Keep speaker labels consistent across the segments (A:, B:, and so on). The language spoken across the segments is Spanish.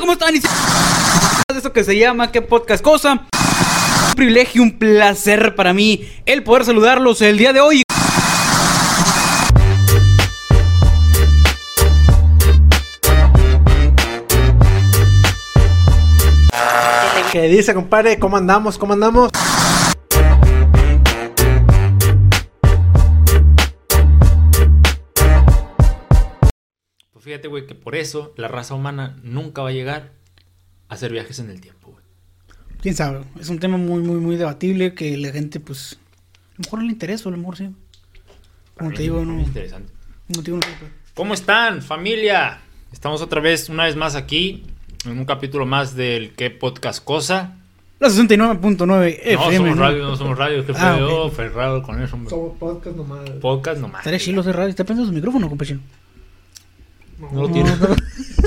A: ¿cómo están? Y... Eso que se llama ¿Qué podcast cosa? Un privilegio, un placer para mí el poder saludarlos el día de hoy.
B: ¿Qué dice, compadre? ¿Cómo andamos? ¿Cómo andamos?
C: Pues fíjate, güey, que por eso la raza humana nunca va a llegar a hacer viajes en el tiempo, güey.
A: Quién sabe, es un tema muy, muy, muy debatible que la gente, pues, a lo mejor no le interesa, a lo mejor sí. Como
C: Para
A: te
C: mí,
A: digo,
C: para mí
A: no.
C: es Interesante.
A: Como te digo, no sé, pero-
C: ¿Cómo están, familia? Estamos otra vez, una vez más aquí, en un capítulo más del ¿Qué podcast cosa?
A: La 69.9 FM.
C: no, somos
A: ¿no?
C: radio, no somos radio, que
A: Ah,
C: pedo,
A: ok.
C: ferrado con eso, hombre.
B: Somos podcast nomás.
C: Podcast nomás.
A: Estaría chilo hacer radio. ¿Está pensando en su micrófono, compañero?
C: No lo tiene.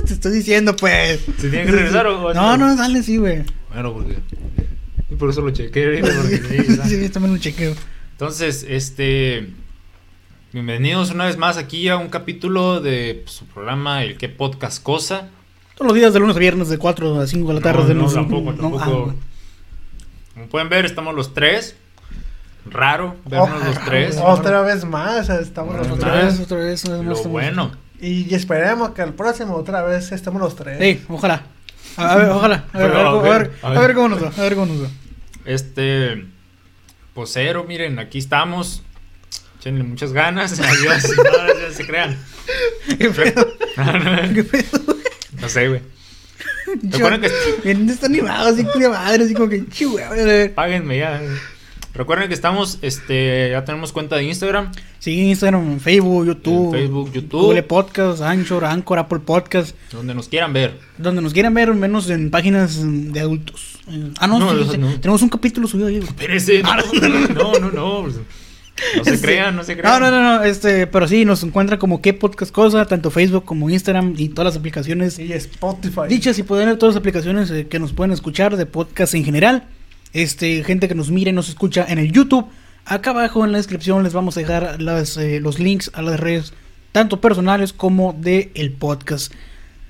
A: te estoy diciendo, pues.
C: ¿Se tiene que regresar o- o-
A: No, no, dale, sí, güey.
C: Bueno, porque. Y por eso lo chequeé, porque sí, está.
A: sí, también un chequeo.
C: Entonces, este. Bienvenidos una vez más aquí a un capítulo de pues, su programa El qué podcast cosa.
A: Todos los días de lunes a viernes de 4 a 5 de la tarde.
C: No,
A: de
C: no,
A: los-
C: tampoco,
A: no, ah,
C: tampoco.
A: güey.
C: Como pueden ver, estamos los tres. Raro
A: Oh,
C: vernos los tres.
B: Ah, Otra vez más, estamos
C: Otra
B: los
A: ah, otra
B: tres.
A: vez, otra vez. una vez más
C: Lo
A: estamos-
C: bueno.
B: Y esperemos que al próximo otra vez estemos los tres.
A: Sí, ojalá. A a ver, ojalá. A ver, a ver,
C: Pero,
A: cómo- a ver,
C: a
A: a
C: ver.
A: ver cómo nos va. A ver cómo nos va.
C: Este. Posero, miren, aquí estamos. Echenle muchas ganas. Adiós. No, ya se crean.
A: ¿Qué pedo? ¿Qué pedo?
C: No sé, güey. ¿Te
A: Yo-
C: acuerdas que
A: Bien desanimado, así cuya madre, así como que chihuahua. a ver.
C: Páguenme ya. Recuerden que estamos, este, ya tenemos cuenta de Instagram.
A: Sí, Instagram, Facebook, YouTube.
C: En Facebook, YouTube.
A: Google Podcast, Anchor, Anchor, Apple Podcast.
C: Donde nos quieran ver.
A: Donde nos quieran ver, menos en páginas mm, de adultos. Eh, Ah, no,
C: No,
A: sí,
C: eso
A: sí,
C: no.
A: tenemos un capítulo subido ahí, güey.
C: Espérense. No, no, no. pues, No se
A: Sí.
C: crean, no se
A: No,
C: crean.
A: no, no, no, este, pero sí, nos encuentra como qué podcast cosa, tanto Facebook como Instagram y todas las aplicaciones
B: Y Spotify.
A: Dichas y poder ver todas las aplicaciones eh, que nos pueden escuchar de podcast en general. Este, gente que nos mira y nos escucha en el YouTube. Acá abajo en la descripción les vamos a dejar las, eh, los links a las redes, tanto personales como de el podcast.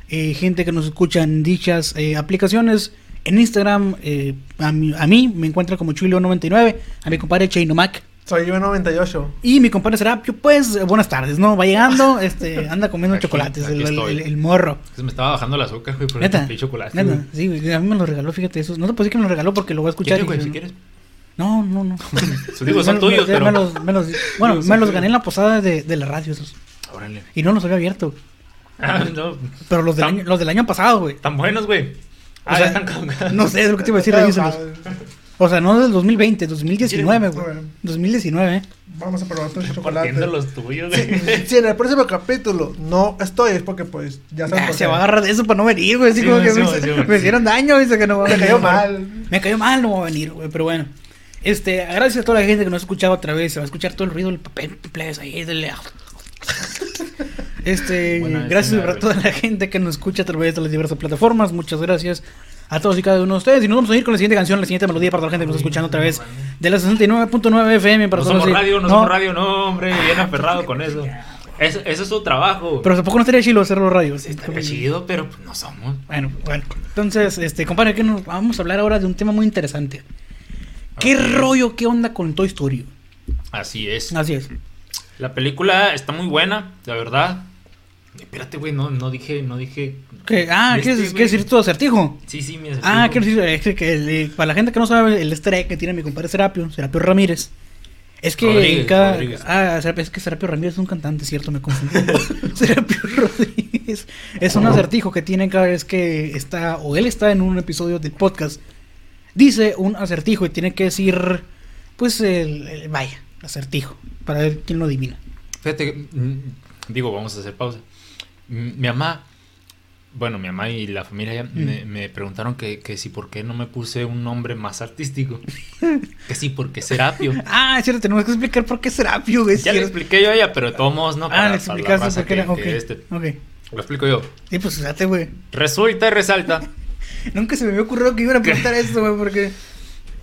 A: Eh, gente que nos escucha en dichas eh, aplicaciones. En Instagram, eh, a, mí, a mí me encuentra como Chuilo99, a mi compadre Chainomac.
B: Soy yo 98.
A: Y mi compadre Serapio, pues, eh, buenas tardes, ¿no? Va llegando, este, anda comiendo
C: Aquí-
A: chocolates,
C: aquí
A: el- el-
C: estoy.
A: el- el morro.
C: Se me estaba bajando el azúcar, güey, por
A: Neta.
C: el chocolate.
A: neta,
C: güey.
A: sí, güey. A mí me lo regaló, fíjate eso. No te puedo decir que me lo regaló porque lo voy a escuchar.
C: ¿Quieres,
A: y
C: güey,
A: yo-
C: si quieres?
A: No, no, no.
C: Digo, son
A: Me-
C: tuyos,
A: me-
C: pero-
A: me los- me los- bueno, me los gané en la posada de, de la radio esos.
C: Órale.
A: Y no los había abierto.
C: Ah, no.
A: Pero los del,
C: Tam-
A: año, los del año pasado, güey.
C: Están buenos, güey. Ah,
A: sea,
C: ya están caducados.
A: No sé, es lo que te iba a decir. revísalos. O sea, no del 2020, 2019, güey.
B: Bueno.
A: 2019, ¿eh?
B: Vamos a probar otro chocolate.
C: Partiendo los tuyos, güey.
B: Si en el próximo capítulo no estoy, es porque pues ya saben
A: Ah,
B: por
A: se
B: qué.
A: va a agarrar de eso para no venir, güey. Así
C: Sí,
A: como
C: güey,
A: que
C: sí,
A: me,
C: güey, sí, güey,
A: me
C: sí.
A: hicieron daño, dice que no va a
B: Me
A: venir,
B: cayó
A: güey.
B: mal.
A: Me cayó mal, no va a venir, güey, pero bueno. Este, gracias a toda la gente que nos ha escuchado otra vez. Se va a escuchar todo el ruido del papel, please, ahí, dele. Este,
C: Buena
A: gracias
C: escena,
A: a toda la gente que nos escucha a través de las diversas plataformas. Muchas gracias a todos y cada uno de ustedes. Y nos vamos a ir con la siguiente canción, la siguiente melodía para toda la gente que nos está escuchando otra vez de la 69.9 FM. Para todos
C: No somos
A: los-
C: radio, no somos radio, no, hombre. Bien aferrado con eso. Eso, eso es su trabajo.
A: Pero tampoco no estaría chido hacerlo radio.
C: Está chido, pero pues, no somos.
A: Bueno, bueno. Entonces, este, compadre, que nos vamos a hablar ahora de un tema muy interesante. ¿Qué rollo, qué onda con Toy Story?
C: Así es.
A: Así es.
C: La película está muy buena, la verdad. Espérate, güey, no, no dije, no dije.
A: ¿Qué? Ah, ¿qué
C: Este,
A: es,
C: güey.
A: ¿qué es decir tu acertijo?
C: Sí, sí, mi
A: Ah,
C: acertijo.
A: quiero decir, es que- que el- para la gente que no sabe, el easter egg que tiene mi compadre Serapio, Serapio Ramírez. Es que
C: Rodríguez,
A: cada.
C: Rodríguez.
A: Ah, Serapio- es que Serapio Ramírez es un cantante, cierto, me confundí. Serapio Rodríguez es un acertijo que tiene cada vez que está, o él está en un episodio del podcast, dice un acertijo y tiene que decir, pues, el, el- vaya, acertijo, para ver quién lo adivina.
C: Fíjate, mm, digo, vamos a hacer pausa. Mm, Mi mamá, bueno, mi mamá y la familia ya
A: Mm.
C: me, me preguntaron que, que si por qué no me puse un nombre más artístico. que sí, porque Serapio.
A: Ah, es cierto, tenemos que explicar por qué Serapio, güey. es
C: Ya le
A: cierto.
C: expliqué yo a ella, pero de todos modos, ¿no?
A: Ah, le
C: la
A: explicaste
C: raza
A: por qué era.
C: que-
A: Ok.
C: que este-
A: Ok.
C: Lo explico yo.
A: Sí, pues fíjate, güey.
C: Resulta y resalta
A: Nunca se me había ocurrido que iban a preguntar esto, güey, porque.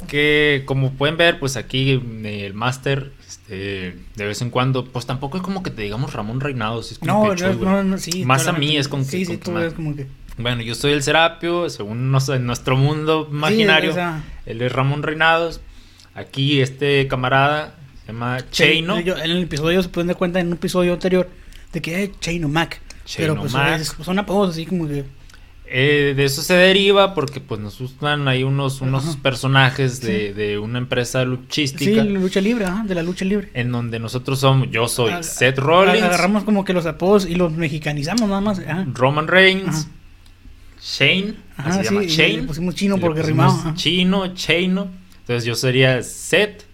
C: que como pueden ver, pues aquí mm, el máster, este, de vez en cuando, pues tampoco es como que te digamos Ramón Reinados. Es como
A: No,
C: que
A: no,
C: chuy, güey.
A: no, no, sí.
C: Más a
A: claramente.
C: mí es como que-
A: Sí, sí,
C: como que
A: tú
C: más.
A: ves como que.
C: Bueno, yo soy el Serapio, según nos- en nuestro mundo imaginario.
A: o sea.
C: Él es Ramón Reinados. Aquí este camarada se llama Cheino.
A: Sí, yo- en el episodio se pueden dar cuenta, en un episodio anterior, de que eh, es Cheino Mac.
C: Cheino
A: pero pues
C: Mac.
A: es- son apodos así como que.
C: Eh, de eso se deriva porque pues nos gustan ahí unos, unos
A: Ajá.
C: personajes de, de una empresa
A: Sí,
C: luchística
A: la lucha libre, ajá, de la lucha libre.
C: en donde nosotros somos, yo soy
A: Ag-
C: Seth
A: ag-
C: Rollins,
A: Agarramos como que los apodos y los mexicanizamos nada más. Ajá.
C: Roman Reigns,
A: Ajá.
C: Shane,
A: Ajá,
C: así se llama
A: sí, y
C: Shane.
A: le pusimos chino
C: y le
A: porque
C: pusimos
A: rimaba, ajá.
C: Chino, Cheino. Entonces yo sería Seth,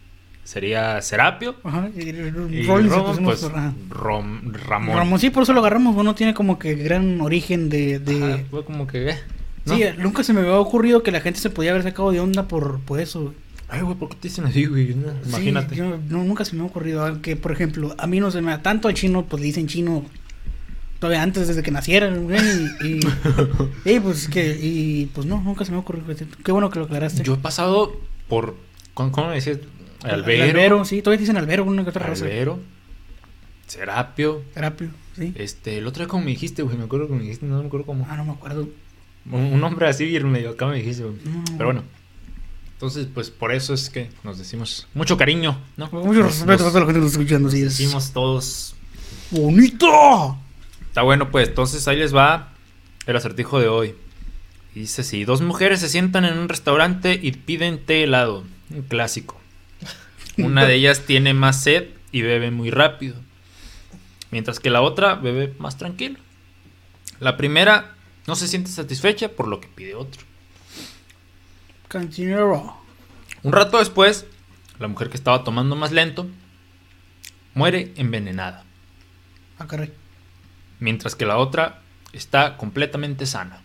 C: sería Serapio.
A: Ajá, y el-
C: Y
A: el Rollins le
C: Roman,
A: pusimos,
C: pues,
A: ajá.
C: Rom- Ramón.
A: Ramón, sí, por eso lo agarramos, no tiene como que gran origen de... de-
C: Ajá, fue como que, eh, ¿no?
A: Sí, nunca se me había ocurrido que la gente se podía haber sacado de onda por, por eso.
C: Ay, güey, ¿por qué te dicen así, güey? No,
A: Sí,
C: Imagínate.
A: yo- no, nunca se me ha ocurrido ah, que, por ejemplo, a mí no se me da tanto a chino, pues le dicen chino todavía antes, desde que nacieran, güey, y, y, y, pues que, y pues no, nunca se me ha ocurrido. güey. Qué bueno que lo aclaraste.
C: Yo he pasado por. ¿Cómo, cómo me decías?
A: Al- al
C: Albero.
A: albero, sí, todavía dicen albero, una que otra raza.
C: Albero. Serapio.
A: Terapio, sí.
C: Este, el otro día como me dijiste, güey, me acuerdo que me dijiste, no me acuerdo cómo.
A: Ah, no me acuerdo.
C: Un, un nombre así medio acá me dijiste, güey.
A: No.
C: Pero bueno. Entonces, pues por eso es que nos decimos mucho cariño, ¿no?
A: Mucho
C: Nos-
A: respeto a
C: nos
A: toda la gente que está escuchando, sí, es
C: Decimos todos.
A: bonito.
C: Está bueno, pues entonces ahí les va el acertijo de hoy. Y Dice si Dos mujeres se sientan en un restaurante y piden té helado. Un clásico. Una de ellas tiene más sed y bebe muy rápido. Mientras que la otra bebe más tranquilo. La primera no se siente satisfecha por lo que pide otro.
A: Cantinero.
C: Un rato después, la mujer que estaba tomando más lento muere envenenada.
A: Ah, caray.
C: Mientras que la otra está completamente sana.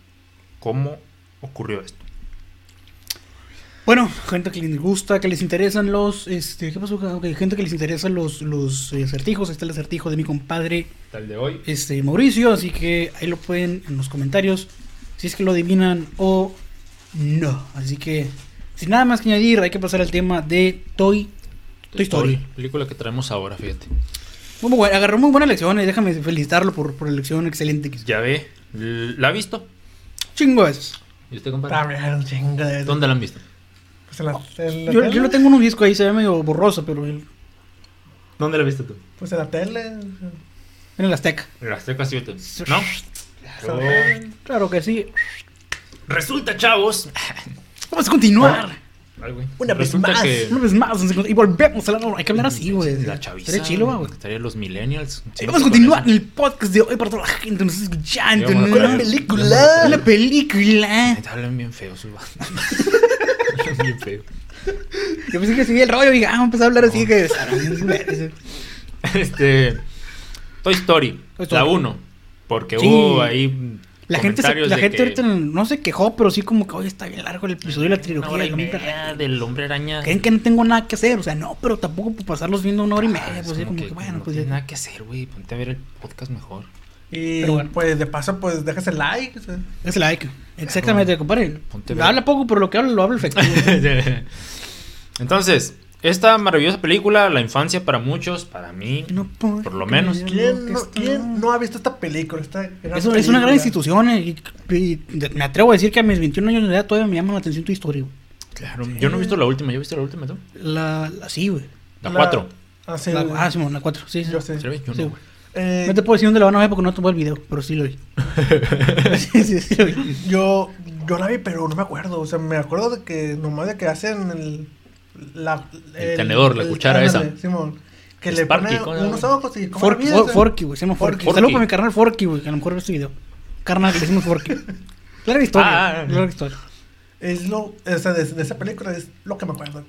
C: ¿Cómo ocurrió esto?
A: Bueno, gente que les gusta, que les interesan los, este, ¿qué pasó? Ok, gente que les interesan los, los eh, acertijos, está el acertijo de mi compadre,
C: Tal de hoy.
A: este, Mauricio, así que ahí lo pueden en los comentarios, si es que lo adivinan o no, así que, sin nada más que añadir, hay que pasar al tema de Toy, Toy Story.
C: Película que traemos ahora, fíjate.
A: Muy bueno, agarró muy buenas lecciones, déjame felicitarlo por, por la lección excelente que hizo.
C: Ya ve, l- ¿la ha visto?
A: Chingo es.
C: ¿Y usted, compadre?
B: También, chinga. de-
C: ¿Dónde la han visto?
B: Pues en la, en la
A: Yo,
B: tele.
A: yo lo tengo en un disco ahí, se ve medio borroso, pero el-
C: ¿Dónde la viste tú?
B: Pues en la tele.
A: en el Azteca.
C: En las Tecas 7. ¿No? Oh.
B: Claro.
A: Claro que sí.
C: Resulta, chavos.
A: Vamos a continuar.
C: Ay, güey.
B: Una vez
C: Resulta
B: más.
C: que-
A: Una vez más, nos encont- y volvemos a la norma. Hay que hablar así, güey.
C: La chaviza.
A: Sería chilo, güey.
C: Estaría los millennials.
A: Eh, Vamos a continuar el podcast de hoy para toda la gente que nos está escuchando.
C: Vamos a
A: ¿no?
C: poner-
A: Con
C: vamos a
A: Con
C: poner-
A: La película.
C: Ahí te Hablan bien feo, suba. bien feo.
A: Yo pensé que seguía el rollo y dije, ah, vamos a empezar a hablar así que. Ah,
C: Este. Toy Story.
A: Toy Story.
C: La 1. Porque
A: Sí.
C: hubo ahí.
A: La gente, se-
C: comentarios
A: la
C: de
A: gente
C: que
A: ahorita no se quejó, pero sí como que hoy está bien largo el episodio de la
C: Una
A: trilogía.
C: hora y
A: la neta.
C: media del hombre araña.
A: Creen que no tengo nada que hacer, o sea, no, pero tampoco por pasarlos viendo una hora y
C: Ah,
A: media.
C: es
A: Pues sí, como que, bueno,
C: no
A: pues
C: tiene
A: ya.
C: nada que hacer, güey. Ponte a ver el podcast mejor.
B: Y
A: Pero bueno.
B: pues de paso, pues dejas el like. o sea.
A: Es like. Exactamente, compadre.
C: Ponte
A: Habla
C: verga.
A: poco, pero lo que habla lo habla efectivo.
C: Entonces, esta maravillosa película, La infancia para muchos, para mí.
A: No puedo
C: Por lo menos.
A: creer lo
B: ¿Quién
A: que
B: no,
A: está-
B: quién no ha visto esta película? Esta gran
A: Es, es una gran
B: película.
A: institución eh, y, y de- me atrevo a decir que a mis 21 años de edad todavía me llama la atención tu historia. güey.
C: Claro, yo no he visto la última. ¿Ya viste la última tú?
A: La, la sí, güey.
C: La 4.
B: Ah, sí.
A: La-
B: güey.
A: ah, sí, bueno, la 4. Sí, sí.
B: Yo sé.
C: ¿Sí la vi? Yo
A: Sí.
C: no, güey.
B: Eh,
A: No te puedo decir dónde la van a ver porque no tomó el video, pero sí lo vi. sí, sí, sí lo vi.
B: Yo, yo la vi, pero no me acuerdo. O sea, me acuerdo de que nomás de que hacen el. La,
C: El tenedor, la cuchara
B: ándale,
C: esa.
B: Simón. Que
C: Sparky,
B: le
C: ¿cómo se
B: ponen
C: llama?
B: unos ojos y como
A: Forky,
B: la
A: For-
B: vida,
A: Forky, güey. Se llama Forky.
C: Forky.
A: Saludos para mi carnal Forky, güey, que a lo mejor ve este video. Carnal, le decimos Forky. Claro historia.
C: Ah, ah, ah.
A: larga historia.
B: Es lo. O sea, de, de esa película es lo que me acuerdo.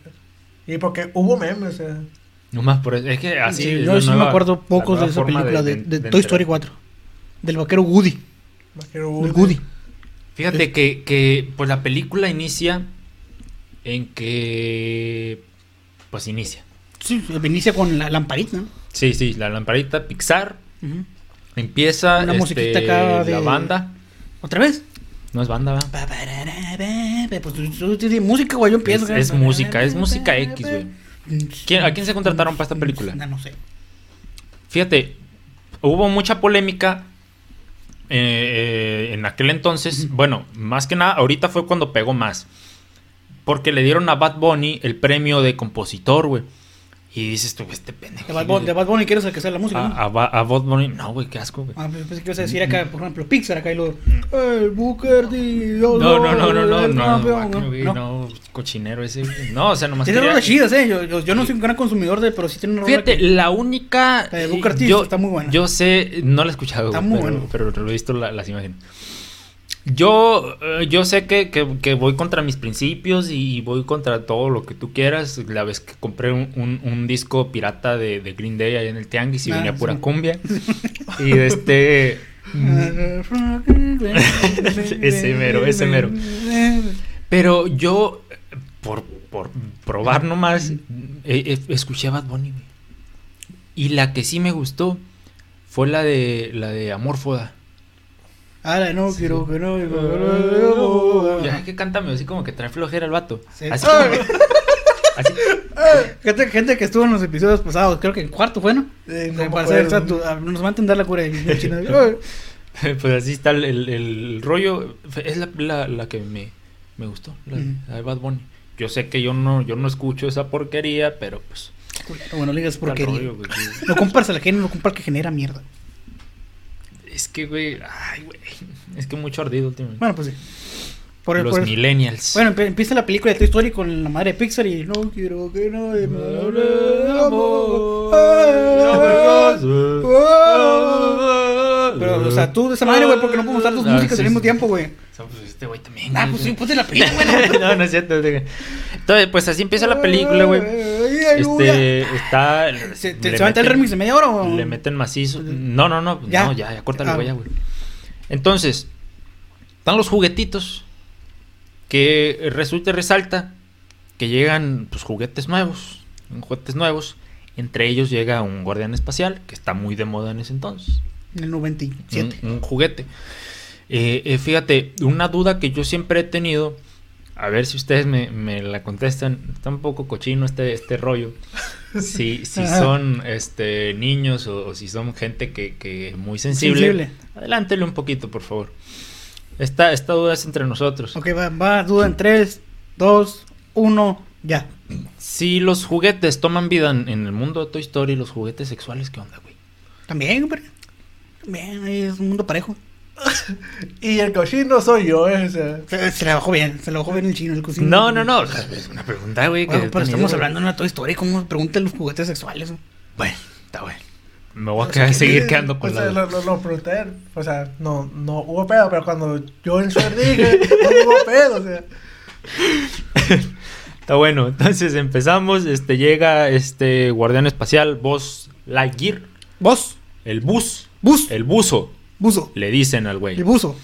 B: Y porque hubo memes, o sea.
C: No más por eso. Es que así.
A: Sí,
C: ah, es
A: yo
C: la
A: sí
C: nueva-
A: me acuerdo
C: la
A: pocos de
C: nueva
A: esa
C: forma
A: película de, de Toy
C: enterar.
A: Story 4. Del vaquero Woody.
B: Vaquero
A: El Woody.
C: Fíjate que, que, pues la película inicia en que. Pues inicia.
A: Sí, inicia con la lamparita, ¿no?
C: Sí, sí, la lamparita Pixar.
A: Ujú.
C: Empieza
A: Una
C: este,
A: musiquita acá de-
C: la banda.
A: ¿Otra vez?
C: No es banda, ¿verdad?
A: Pa, pa, ra, ra, ra, pa, Pues tú- tú tienes música, güey, yo empiezo.
C: Es, es música, es música X, güey. ¿Quién- a quién se contrataron para esta película?
A: No, no sé.
C: Fíjate, hubo mucha polémica eh, eh, en aquel entonces, bueno, más que nada, ahorita fue cuando pegó más. Porque le dieron a Bad Bunny el premio de compositor, güey. Y dices tú, este pendejo.
A: De Bad Bunny, de Bad Bunny quieres al que sea la música, ¿no?
C: A, a Ba- a Bad Bunny, no, güey, qué asco, güey.
A: Ah, pues pensé que ibas a decir acá, por ejemplo, Pixar acá y luego. El Booker D.
C: No, Mm. no, no, no, no, no,
A: el
C: no,
A: campeón",
C: guácala, güey,
A: No.
C: no, cochinero ese. güey. No, o sea, nomás.
A: Tiene
C: quería-
A: rolas chidas, eh. Yo, yo, yo no soy un gran consumidor de, pero sí tiene una rola
C: Fíjate,
A: que-
C: la única.
A: La de Booker T
C: yo,
A: está muy buena.
C: Yo sé, no la he escuchado,
A: Está
C: güey,
A: muy
C: pero,
A: buena.
C: pero lo he visto la- las imágenes. Yo, eh, yo sé que, que- que voy contra mis principios y, y voy contra todo lo que tú quieras. La vez que compré un, un- un disco pirata de, de Green Day allá en el Tianguis y
A: Ah,
C: venía pura
A: sí.
C: cumbia. y este.
A: Ah, eh,
C: Ese mero, ese mero. Pero yo, eh, por, por probar nomás, eh, eh, escuché a Bad Bunny, güey. Y la que sí me gustó fue la de la de Amorfoda.
A: Ahora Ah, no
C: Sí.
A: quiero que no. yo-
C: Ya que cántame, así como que trae flojera el vato.
A: Sí.
C: Así como- así-
A: Gente, gente que estuvo en los episodios pasados, creo que en cuarto fue, ¿no?
B: Eh, no
A: Eh,
B: me
A: para ser
B: acuerdo.
A: exacto, ah, nos va a entender la cura de China.
C: pues así está el, el- el rollo. Es la, la- la que me, me gustó, la, de-
A: Ujú.
C: la de Bad Bunny. Yo sé que yo no, yo no escucho esa porquería, pero pues.
A: Bueno, ligas porque
C: está el rollo, güey.
A: no compares al género, no compares que genera mierda.
C: Es que, güey, ay, güey. Es que mucho ardido últimamente.
A: Bueno, pues sí. Por el,
C: los
A: por el-
C: millennials.
A: Bueno, empe- empieza la película de Toy Story con la madre de Pixar y no quiero que nadie me hable de amor. Ah, ah, ah. Pero, o sea, tú de esa madre, güey, porque no puedo usar tus
C: Ah,
A: músicas
C: sí,
A: al mismo
C: sí.
A: tiempo, güey.
C: O sea, pues este güey también.
A: Ah,
C: güey.
A: pues sí, ponte la pila, güey.
C: no, no es cierto. es de- Entonces, pues así empieza la película, güey. Este, está.
A: ¿Se, te,
C: le
A: se va a entrar el
C: meten-
A: remix de media hora o...?
C: Le meten macizo. No, no, no.
A: Ya.
C: No, ya, ya, córtale,
A: Ah.
C: güey, ya, güey. Entonces, están los juguetitos. Que resulta y resalta que llegan pues, juguetes nuevos. Juguetes nuevos. Entre ellos llega un guardián espacial, que está muy de moda en ese entonces.
A: En el 97.
C: Un, un juguete. Eh, eh, fíjate, una duda que yo siempre he tenido, a ver si ustedes me, me la contestan, está un poco cochino este, este rollo. Si, si
A: Ajá.
C: son este, niños o, o si son gente que, que es muy sensible,
A: Sensible.
C: adelántele un poquito, por favor. Esta, esta duda es entre nosotros.
A: Ok, va, va, duda en 3, 2, 1, ya.
C: Si los juguetes toman vida en, en el mundo de Toy Story, los juguetes sexuales, ¿qué onda, güey?
A: También, hombre. También, es un mundo parejo.
B: Y el cochino soy yo, eh, o sea.
A: Se, se la bajó bien, se la bajó bien el chino, el cocino.
C: No, no, no. Es una pregunta, güey. que
A: Pues Bueno,
C: he
A: pero
C: tenido,
A: estamos
C: güey.
A: hablando de una Toy Story, ¿cómo preguntan los juguetes sexuales?
C: Bueno, está bueno. Me voy a quedar- seguir quedando con
B: o sea,
C: la duda.
B: lo, lo, lo pregunté, o sea, no, no hubo pedo, pero cuando yo en short dije, no hubo pedo, o sea.
C: Está bueno, entonces empezamos. Este llega este guardián espacial, Buzz Lightyear,
A: Vos,
C: el bus,
A: bus,
C: el buzo,
A: buzo,
C: le dicen al güey.
A: el buzo.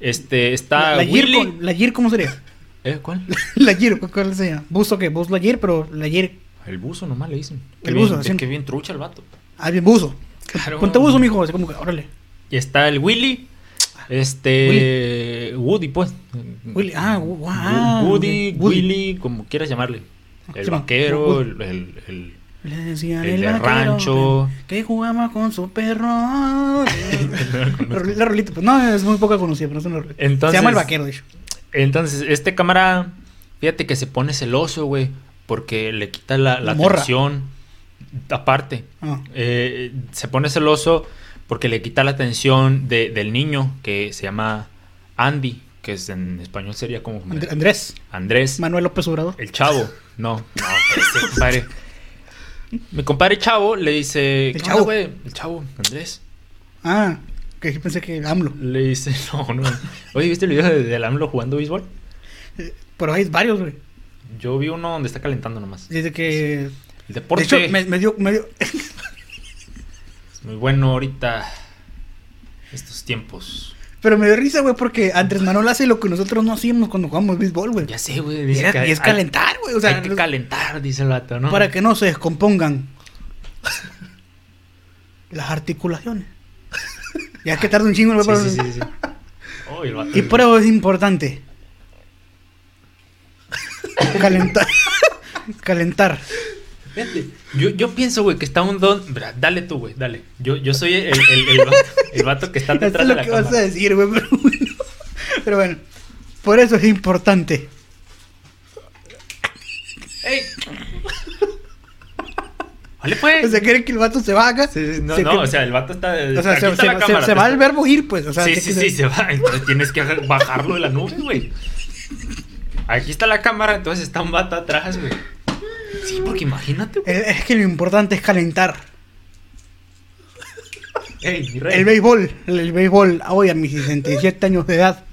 C: Este está
A: la, la, Gear,
C: Willy.
A: con- la Gear, ¿cómo sería?
C: ¿Eh, ¿Cuál?
A: la Gear, ¿cu- ¿cuál se llama? Buzo, ¿qué? Bus la Gear, pero la Gear,
C: El buzo nomás le dicen.
A: El
C: Qué bien-
A: buzo,
C: es
A: sí.
C: que bien trucha el vato.
A: ah, bien, buzo.
C: Claro.
A: Ponte buzo, mijo, así como que, órale.
C: Y está el Willy. Este. Woody, pues.
A: Willy, ah, gu- ah,
C: Woody,
A: ok, Woody.
C: Willy, como quieras llamarle. El
A: Sí, man.
C: vaquero,
A: Woody.
C: el- el- el
A: Le decían
C: El de
A: vaquero
C: rancho.
A: Que jugaba con su perro. la rol- la rolita, pues no, es muy poca conocida, pero es una rolita.
C: Entonces-
A: Se llama el vaquero, de hecho.
C: Entonces, este camarada, fíjate que se pone celoso, güey, porque le quita la, la
A: La morra.
C: atención. Aparte,
A: Ah.
C: eh, se pone celoso porque le quita la atención de- del niño que se llama Andy, que es en español sería como
A: And- Andrés,
C: Andrés,
A: Manuel López Obrador.
C: el chavo. No, no, este compadre. Mi compadre chavo le dice,
A: El
C: "¿Qué onda,
A: chavo.
C: güey? El chavo, Andrés.
A: Ah, que yo pensé que AMLO.
C: Le dice, no, no. Oye, ¿viste el video de- del AMLO jugando béisbol?
A: Pero hay varios, güey.
C: Yo vi uno donde está calentando nomás.
A: Desde que.
C: El deporte
A: De hecho, me, me dio. Me dio
C: es muy bueno ahorita. Estos tiempos.
A: pero me dio risa, güey, porque Andrés Manuel hace lo que nosotros no hacíamos cuando jugamos béisbol, güey.
C: Ya sé, güey.
A: Y
C: dice
A: era-
C: que
A: y es
C: hay-
A: calentar, güey. O
C: hay
A: sea,
C: que calentar, dice el vato, ¿no?
A: para que no se descompongan las articulaciones. ya que tarda un chingo, güey.
C: Sí,
A: para-
C: sí, sí, sí. Oh, el vato-
A: Y por eso es importante. Calentar. Calentar.
C: Fíjate, yo, yo pienso, güey, que está un don. Bra, Dale tú, güey, dale. Yo, yo soy el, el, el vato, el vato que está
A: Esto
C: detrás
A: es
C: de
A: lo
C: la
A: que vas a
C: cámara.
A: decir, güey, pero bueno. Pero bueno, por eso es importante.
C: ¡Ey! ¡Vale, pues!
A: O sea, quieren que el vato se baja.
C: Sí, sí, no,
A: se-
C: no,
A: que-
C: o sea, el vato está.
A: o sea,
C: aquí
A: se,
C: está
A: se-
C: la
A: se-
C: cámara,
A: se
C: te
A: va
C: está-
A: el verbo ir, pues. O sea,
C: Sí,
A: que-
C: sí,
A: que-
C: sí, se va. Entonces tienes que bajarlo de la nube, güey. Aquí está la cámara, entonces está un vato atrás, güey. Sí, porque imagínate, güey.
A: Eh, Es que lo importante es calentar. Eh,
C: Ey, mi rey.
A: El béisbol, el béisbol, hoy a mis 67 años de edad.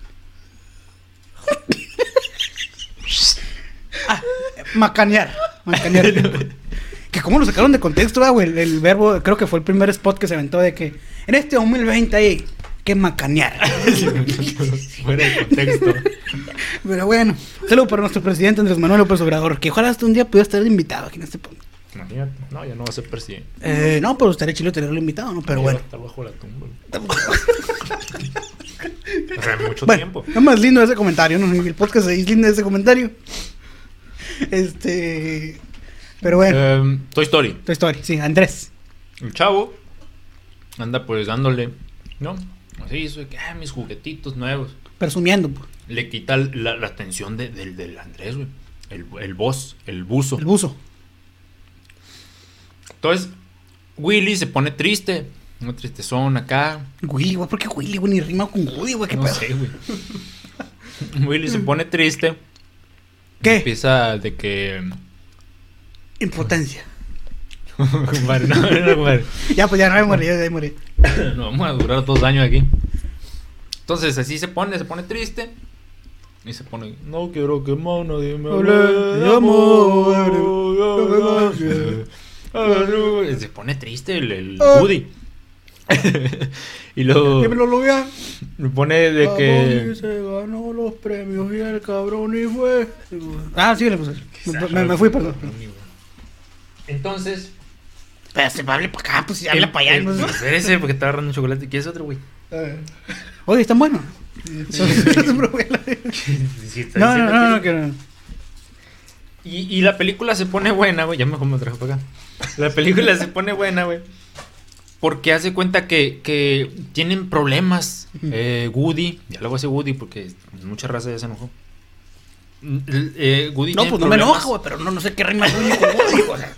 A: Ah, macanear, macanear. Que como lo sacaron de contexto, ¿verdad, güey, el, el verbo, creo que fue el primer spot que se aventó de que en este 2020 hay que macanear.
C: Fuera de contexto.
A: Pero bueno, saludo para nuestro presidente Andrés Manuel López Obrador, que ojalá hasta un día pudiera estar de invitado aquí en este podcast.
C: Imagínate. No, ya no va a ser presidente.
A: Eh, no, pero estaría chido tenerlo invitado, ¿no? Pero
C: Ya va a
A: bueno.
C: Estar bajo la tumba. güey. o sea, mucho
A: Bueno,
C: tiempo.
A: no más lindo ese comentario, ¿no? El podcast es lindo ese comentario. Este. Pero bueno,
C: Em, Toy Story.
A: tu historia, sí, Andrés.
C: El chavo anda pues dándole, ¿no? Así, eso de que, ah, mis juguetitos nuevos.
A: Presumiendo, pues,
C: Le quita la, la atención de- del, del Andrés, güey. El, el boss, el buzo.
A: el buzo.
C: Entonces, Willy se pone triste. Una tristezón acá.
A: Willy, güey, ¿por qué Willy, güey? Ni rima con Woody, güey, qué
C: No
A: pedo.
C: sé, güey. Willy se pone triste.
A: ¿Qué?
C: Empieza de que.
A: Impotencia.
C: Vale, no, no, vale.
A: Ya, pues ya no me morí, ya me morí.
C: No, vamos a durar dos años aquí. Entonces, así se pone, se pone triste. Y se pone, no quiero que más nadie me hable de amor.
A: Ah,
C: Y Se pone triste el, el Woody. y luego
A: Que Ah. me lo Ah, loguea.
C: me pone de
A: Ramón y
C: que...
A: se ganó los premios y el cabrón y fue. Ah, sí, le puse. Me, me- me fui, perdón.
C: Entonces...
A: Pero se hable para acá, pues si
C: el- el- Espérese, porque está agarrando un chocolate. ¿Quieres otro, güey?
B: eh,
A: Oye, están buenos.
C: Sí, está
A: No, no,
C: diciendo
A: no, no,
C: que-
A: que no.
C: Y, y la película se pone buena, güey. Ya mejor me trajo para acá. La película se pone buena, güey. Porque hace cuenta que, que tienen problemas. Eh, Woody, ya lo voy a decir Woody porque mucha raza ya se enojó. Mm, l- Eh, Woody
A: No,
C: tiene
A: pues no me
C: problemas.
A: enojo, güey, pero no, no sé qué rima Woody con Woody, o sea,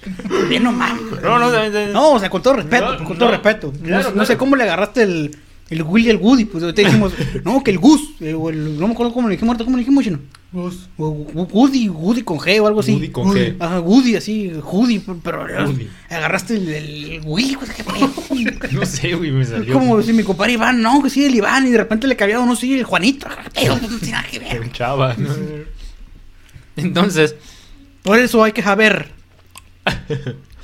A: bien nomás. güey.
C: No, no, no, no, no.
A: No, o sea, con todo respeto,
C: No,
A: con todo
C: no,
A: respeto. No-
C: claro,
A: no,
C: claro.
A: sé cómo le agarraste el, el Willy al Woody, pues ahorita dijimos, no, que el Gus, eh, o el- no me acuerdo cómo le dijimos, ahorita cómo le dijimos, chino.
B: Gus.
A: O- o- Woody, Woody con G o algo así.
C: Woody con G.
A: Ajá, Woody, así, Woody, pero pero-
C: Woody.
A: agarraste el, el Willy, güey, qué pedo.
C: No sé, güey, me salió.
A: Como si mi compadre Iván, no, que sí, el Iván, y de repente le cabía uno, sí, el Juanito, pero no tiene nada que ver.
C: El chava. ¿no? Entonces,
A: Por eso hay que saber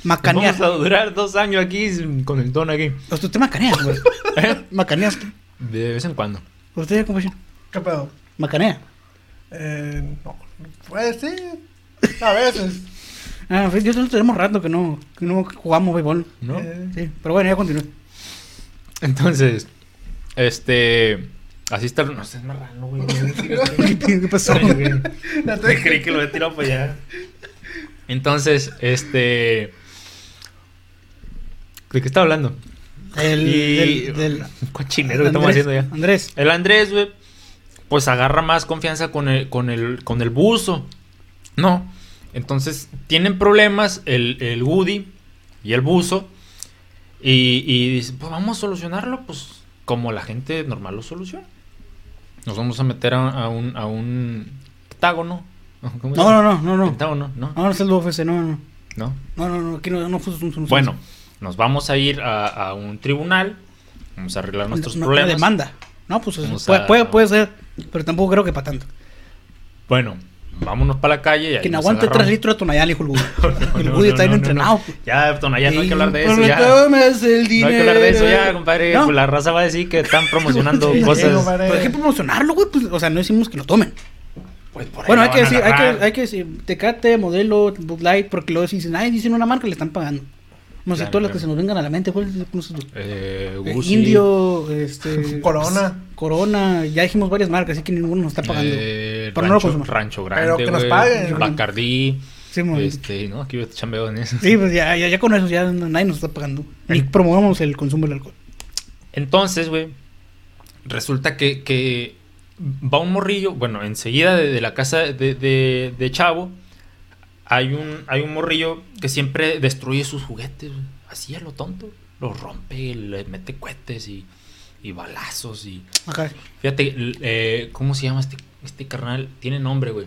A: macanear.
C: vamos a durar dos años aquí sin- con el tono aquí.
A: Usted usted macanea, güey.
C: ¿Eh?
A: Macaneaste.
C: De vez en cuando.
A: Usted, compañero.
B: ¿Qué pedo?
A: Macanea.
B: Eh, no. Pues sí. A veces.
A: Ah, en fin, yo nosotros tenemos rato que no, que no jugamos béisbol.
C: ¿No?
B: Eh,
A: Sí, pero bueno, ya continúe.
C: Entonces, este. Así está. No seas marrano, güey.
A: ¿Qué, qué pasó?
B: la estoy-
C: Creí que lo había tirado para allá. Entonces, este. ¿De qué estaba hablando?
A: El,
C: Y-
A: del, del-
C: Cochinero que estamos haciendo ya.
A: Andrés.
C: El Andrés, güey, pues agarra más confianza con el, con el, con el buzo. No. Entonces, tienen problemas el, el Woody y el buzo. Y, y dice, pues vamos a solucionarlo, pues como la gente normal lo soluciona. Nos vamos a meter a, a un, a un octágono. ¿Cómo se
A: No, no,
C: llama?
A: no, no, no. No,
C: Pentágono, ¿no?
A: no es el UFC, no, no.
C: No.
A: No, no, no, aquí no, no fue un- un- un-
C: Bueno, nos vamos a ir a, a un tribunal. Vamos a arreglar nuestros
A: no,
C: problemas.
A: demanda. No, pues
C: Vamos
A: puede,
C: a-
A: puede, puede ser, pero tampoco creo que para tanto.
C: Bueno, vámonos para la calle. y ahí
A: Quien
C: nos
A: aguante
C: agarramos.
A: 3 litros de tonallán, dijo el Woody.
C: No,
A: el
C: no,
A: Woody
C: no,
A: está bien
C: no, no,
A: entrenado. pues.
C: no. Ya, Tonayán, no hay que hablar de eso.
A: Pero
C: Ya.
A: tomes el
C: No hay que hablar de eso ya,
A: dinero.
C: compadre.
A: No.
C: Pues la raza va a decir que están promocionando
B: Sí,
C: cosas.
B: compadre.
A: Pero hay que promocionarlo, güey. Pues, o sea, no decimos que lo tomen.
C: Pues por ahí
A: Bueno,
C: la
A: hay que,
C: van a
A: decir, hay, que,
C: agarrar.
A: hay que decir Tecate, Modelo, Bud Light, porque luego si dicen, ay, dicen una marca, le están pagando. No sé,
C: Claro,
A: todas las
C: claro.
A: que se nos vengan a la mente. ¿Cuál es? ¿Cómo se llama?
C: Eh,
A: Eh,
C: Gucci,
A: Indio, este...
B: Corona.
A: Corona. Ya dijimos varias marcas, así que ninguno nos está pagando.
C: eh,
A: Pero no lo
C: rancho,
A: consumamos.
C: rancho Grande.
B: Pero que nos
C: güey,
B: paguen.
C: Bacardí.
A: Sí, mon.
C: Este, no, aquí yo chambeo en eso.
A: Sí, pues ya, ya, ya con eso ya nadie nos está pagando. Ni promovamos el consumo del alcohol.
C: Entonces, güey, resulta que, que va un morrillo, bueno, enseguida de, de la casa de, de- de Chavo, hay un, hay un morrillo que siempre destruye sus juguetes, güey, así a lo tonto, los rompe, le mete cohetes y, y balazos y...
A: Ajá.
C: Fíjate, l- eh, ¿cómo se llama este, este carnal? Tiene nombre, güey.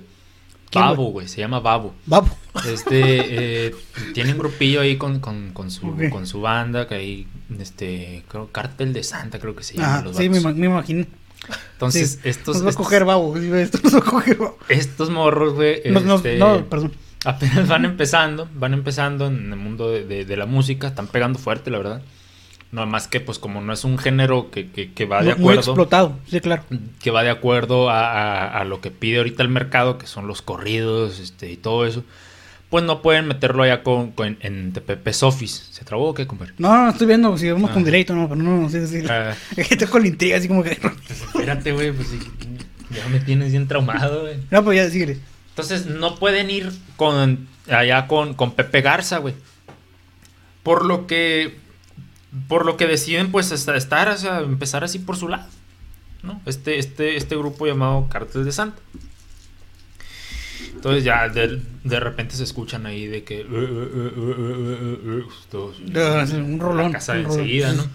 A: ¿Quién, güey?
C: Babo, güey, se llama Babo.
A: Babo.
C: Este, eh, tiene un grupillo ahí con, con, con su,
A: Ok.
C: con su banda, que ahí, este, creo, Cártel de Santa, creo que se llama.
A: Ajá, sí, me, ima- me imagino.
C: Entonces,
A: Sí,
C: estos,
A: nos va a
C: estos,
A: coger babo. sí, Esto nos va a coger babo.
C: estos morros, güey,
A: No, no,
C: este,
A: no, perdón.
C: apenas van empezando, van empezando en el mundo de, de- de la música, están pegando fuerte, la verdad. Nada más que, pues, como no es un género que, que, que va de
A: Muy- Muy
C: acuerdo...
A: explotado, sí, claro.
C: que va de acuerdo a, a- a lo que pide ahorita el mercado, que son los corridos este, y todo eso, pues no pueden meterlo allá con, con- en TPP Sofis. ¿Se trabó o qué, compadre?
A: No, no, estoy viendo si vamos con
C: Ah.
A: delay, no, pero no, no, sí, sí.
C: Ah.
A: Es que estoy con la intriga, así como que.
C: Pues espérate, güey, pues sí, ya me tienes bien traumado, güey.
A: No, pues ya, síguele.
C: Entonces no pueden ir con allá con, con Pepe Garza, güey. Por lo que por lo que deciden pues esta- estar, o sea, empezar así por su lado, ¿no? Este este este grupo llamado Cártel de Santa. Entonces ya de, de repente se escuchan ahí de que eh, eh, eh, eh, eh, eh, eh, todos-
A: Ah, sí, un rolón,
C: la casa
A: un rolón.
C: enseguida, ¿no?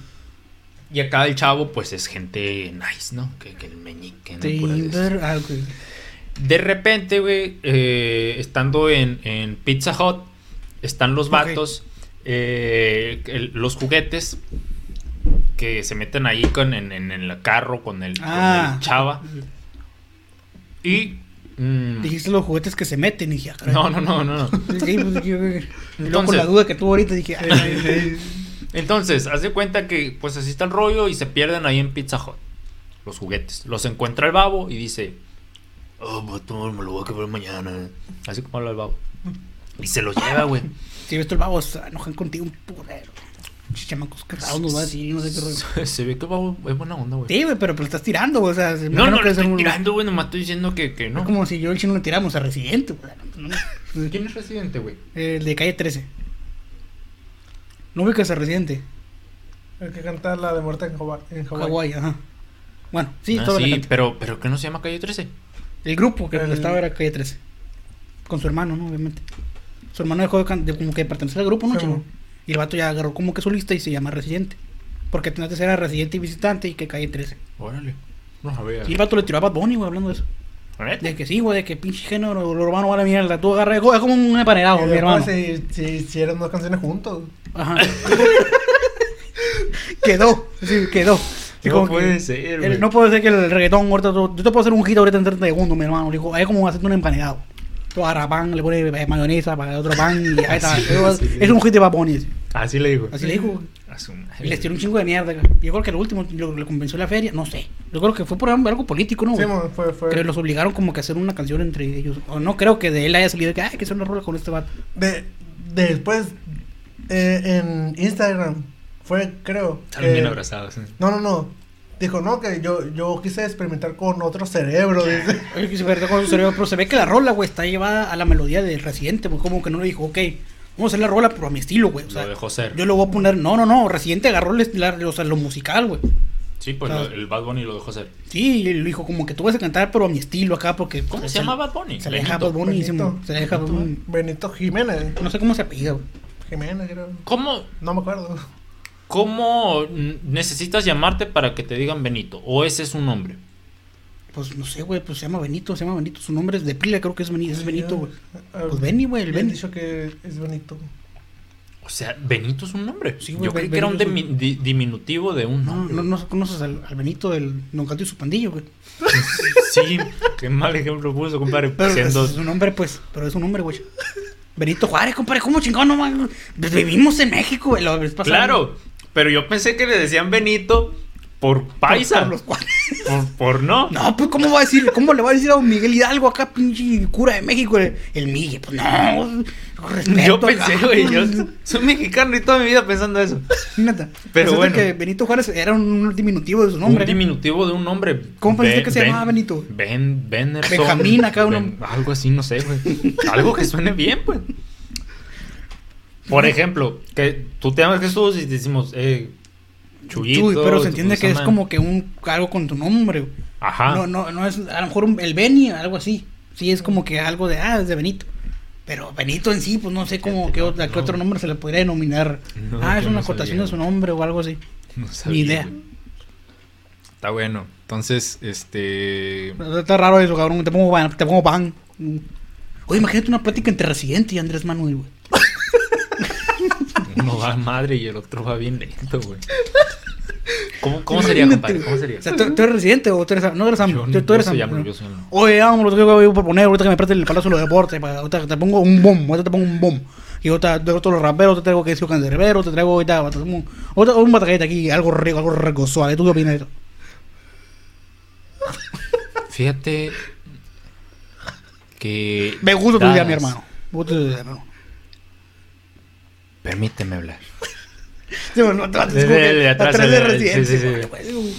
C: Y acá el chavo pues es gente nice, ¿no? Que, que el meñique, ¿no? Pura de esas.
A: Tinder, ah, güey.
C: De repente, güey, eh, estando en, en Pizza Hut, están los
A: Ok.
C: vatos, eh, el- los juguetes que se meten ahí con, en, en el carro con el, con el
A: Ah.
C: chava. Y... mm,
A: Dijiste los juguetes que se meten y dije, ah, caray.
C: no, no, no, no. no.
A: Sí, pues, dije, güey. Y luego con
C: Entonces-
A: la duda que tuvo ahorita dije, ay, ay,
C: Entonces, haz de cuenta que pues así está el rollo y se pierden ahí en Pizza Hut. Los juguetes. Los encuentra el babo y dice... Oh, vato, me lo voy a quebrar mañana. Así como habla el babo. Y se los lleva, güey.
A: si ves el babo, se enojan contigo un purero. Chamacos cargados nos va a decir, no sé qué rollo.
C: Se, se ve que va, es buena onda, güey.
A: Sí, güey, pero pues lo estás tirando, güey, o sea, se me
C: No,
A: imagino
C: no,
A: que
C: le
A: es
C: estoy
A: un-
C: tirando, güey. Nomás estoy diciendo que, que no.
A: Es como si yo y el chino le tiramos a Residente, güey. no, no, no.
C: ¿Quién es residente, güey?
A: El de calle 13. No ubicas a Residente.
B: El que canta la de muerte en Hawa- en Hawái.
A: Hawái, ajá. Bueno, sí,
C: Ah,
A: todo
C: sí, pero, pero ¿qué no se llama Calle 13?
A: El grupo que
B: El-
A: estaba era Calle 13. Con su hermano, ¿no? Obviamente. Su hermano dejó de, can- de como que pertenecer al grupo, ¿no,
B: Sí,
A: chino?
B: mo.
A: Y el vato ya agarró como que su lista y se llama Residente. Porque antes era Residente y Visitante y que Calle 13.
C: Órale. No sabía.
A: Y el vato le tiró a Bad Bunny, güey, hablando de eso.
C: ¿Neta?
A: De que sí, güey, de que pinche género urbano va a la mierda. Tú agarras, es como- es como un
B: Y
A: empanerado, mi
B: después
A: hermano.
B: se- se hicieron dos canciones juntos.
A: Ajá. quedó, sí, quedó. Sí,
C: No
A: como
C: puede
B: pues,
A: que-
C: ser,
A: el-
C: güey.
A: No puede ser que el reggaetón ahorita, tú- yo te puedo hacer un hit ahorita en 30 segundos, mi hermano. Le dijo, ahí es como hacerte un empanegado. Tú agarras pan, le pones eh, mayonesa para otro pan y ahí está. es, es un hit de papones.
C: Así le digo.
A: Así le dijo.
C: A su
A: Y
C: madre.
A: les tiró un chingo de mierda. güey. Yo creo que lo último lo, lo compensó la feria, no sé. Yo creo que fue por algo político, ¿no?
B: Sí,
A: güey?
B: mo, fue, fue.
A: Creo que los obligaron como que a hacer una canción entre ellos. O no creo que de él haya salido que, ay, que son una rola con este vato.
B: De, después, eh, en Instagram, fue, creo.
C: Salen
B: que-
C: bien abrazados. ¿eh?
B: No, no, no. Dijo, no, que yo, yo quise experimentar con otro cerebro. dice.
A: Oye, que se perdió con su cerebro, pero se ve que la rola, güey, está llevada a la melodía del Residente, güey. Como que no le dijo, ok, vamos a hacer la rola, pero a mi estilo, güey. O sea,
C: Lo dejó ser.
A: yo lo voy a poner, no, no, no, Residente agarró el estilar, o sea, lo musical, güey.
C: Sí, pues
A: Ah.
C: lo- el Bad Bunny lo dejó ser.
A: Sí, y le dijo como que tú vas a cantar, pero a mi estilo acá, porque... pues,
C: ¿Cómo
A: o
C: se
A: sea,
C: llama Bad Bunny?
A: Se le deja
C: Benito.
A: Bad Bunny, se
B: Benito.
A: se le deja Bad Bunny.
B: Benito Jiménez.
A: No sé cómo se apellida, güey.
B: Jiménez, creo.
C: ¿Cómo,
B: No me acuerdo.
C: ¿Cómo mm, necesitas llamarte para que te digan Benito? ¿O ese es un nombre?
A: Pues no sé, güey, pues se llama Benito, se llama Benito. Su nombre es de pila, creo que es Benito, es Benito, güey.
B: Ah,
A: Pues Benny, güey, el
B: habían
A: Benny.
B: dicho que es Benito.
C: O sea, Benito es un nombre.
A: Sí, güey,
C: Yo creí
A: Ben-
C: que era un
A: Benito es
C: dimi- di- diminutivo de un
A: No,
C: nombre.
A: no, no conoces al, al Benito del Don Gato y su pandillo, güey.
C: Sí, qué mal ejemplo puso, compadre.
A: Pero
C: siendo-
A: es un hombre, pues. Pero es un hombre, güey. Benito Juárez, compadre, ¿cómo chingón? No, man? Pues vivimos en México, güey. la vez pasada.
C: Claro, pero yo pensé que le decían Benito Por paisa.
A: Por los cuales-
C: Por, por no.
A: No, pues ¿cómo va a decir? ¿Cómo le va a decir a don Miguel Hidalgo acá, pinche cura de México? El, el Miguel, pues no. respeto
C: Yo
A: acá.
C: pensé, güey. Yo soy mexicano y toda mi vida pensando eso.
A: Neta.
C: Pero
A: Pensaste
C: bueno.
A: que Benito Juárez era un diminutivo de su nombre.
C: un diminutivo de un nombre.
A: ¿Cómo pensaste que se llamaba Benito?
C: Ben, Benerson.
A: Benjamín, acá uno.
C: algo así, no sé, güey. Algo que suene bien, pues. Por ejemplo, que tú te llamas Jesús y te decimos, eh, Chuyito.
A: Chuy, pero se
C: ¿cómo
A: entiende que es
C: llama?
A: como que un algo con tu nombre. güey.
C: Ajá.
A: No, no, no es a lo mejor un- el Beni, algo así. Sí, es como que algo de, ah, es de Benito. Pero Benito en sí, pues no sé cómo, qué, otra- qué
C: No.
A: otro nombre se le podría denominar.
C: No,
A: ah, es
C: yo
A: una
C: no
A: acotación
C: sabía.
A: de su nombre o algo así.
C: No
A: Ni
C: sabía,
A: idea.
C: güey.
D: Está bueno. Entonces, este.
A: Está raro eso, cabrón. Te pongo ban. Te pongo ban. Oye, imagínate una plática entre Residente y Andrés Manuel, güey.
C: Uno va a madre y el otro va bien lento, güey. ¿Cómo, cómo sería,
A: Imagínate,
C: compadre? ¿Cómo
A: güey.
C: sería?
A: O sea, ¿tú, tú eres Residente o tú eres... No eres AMLO.
C: Yo-
A: tú, tú
C: yo
A: eres
C: soy
A: AMLO, ¿no?
C: AMLO, yo soy AMLO.
A: Oye, vámonos, ¿qué voy a proponer? Ahorita que me preste el Palacio de los Deportes. pa- Ahorita te pongo un bomb. Ahorita te pongo un bomb. Y ahorita te traigo los raperos, te traigo que es cancerbero, te traigo ahorita... ahorita un- Ahorita un batallete aquí, algo rico, algo rico, suave. ¿Tú qué opinas de esto?
C: Fíjate que...
A: Me gusta tu idea, mi
C: dadas-
A: hermano. Me gusta tu idea, hermano.
C: Permíteme hablar.
A: Sí, bueno, atrás,
C: Desde
A: como que
C: el de atrás,
A: atrás de
C: el-
A: Residente.
C: sí, sí, sí.
A: güey.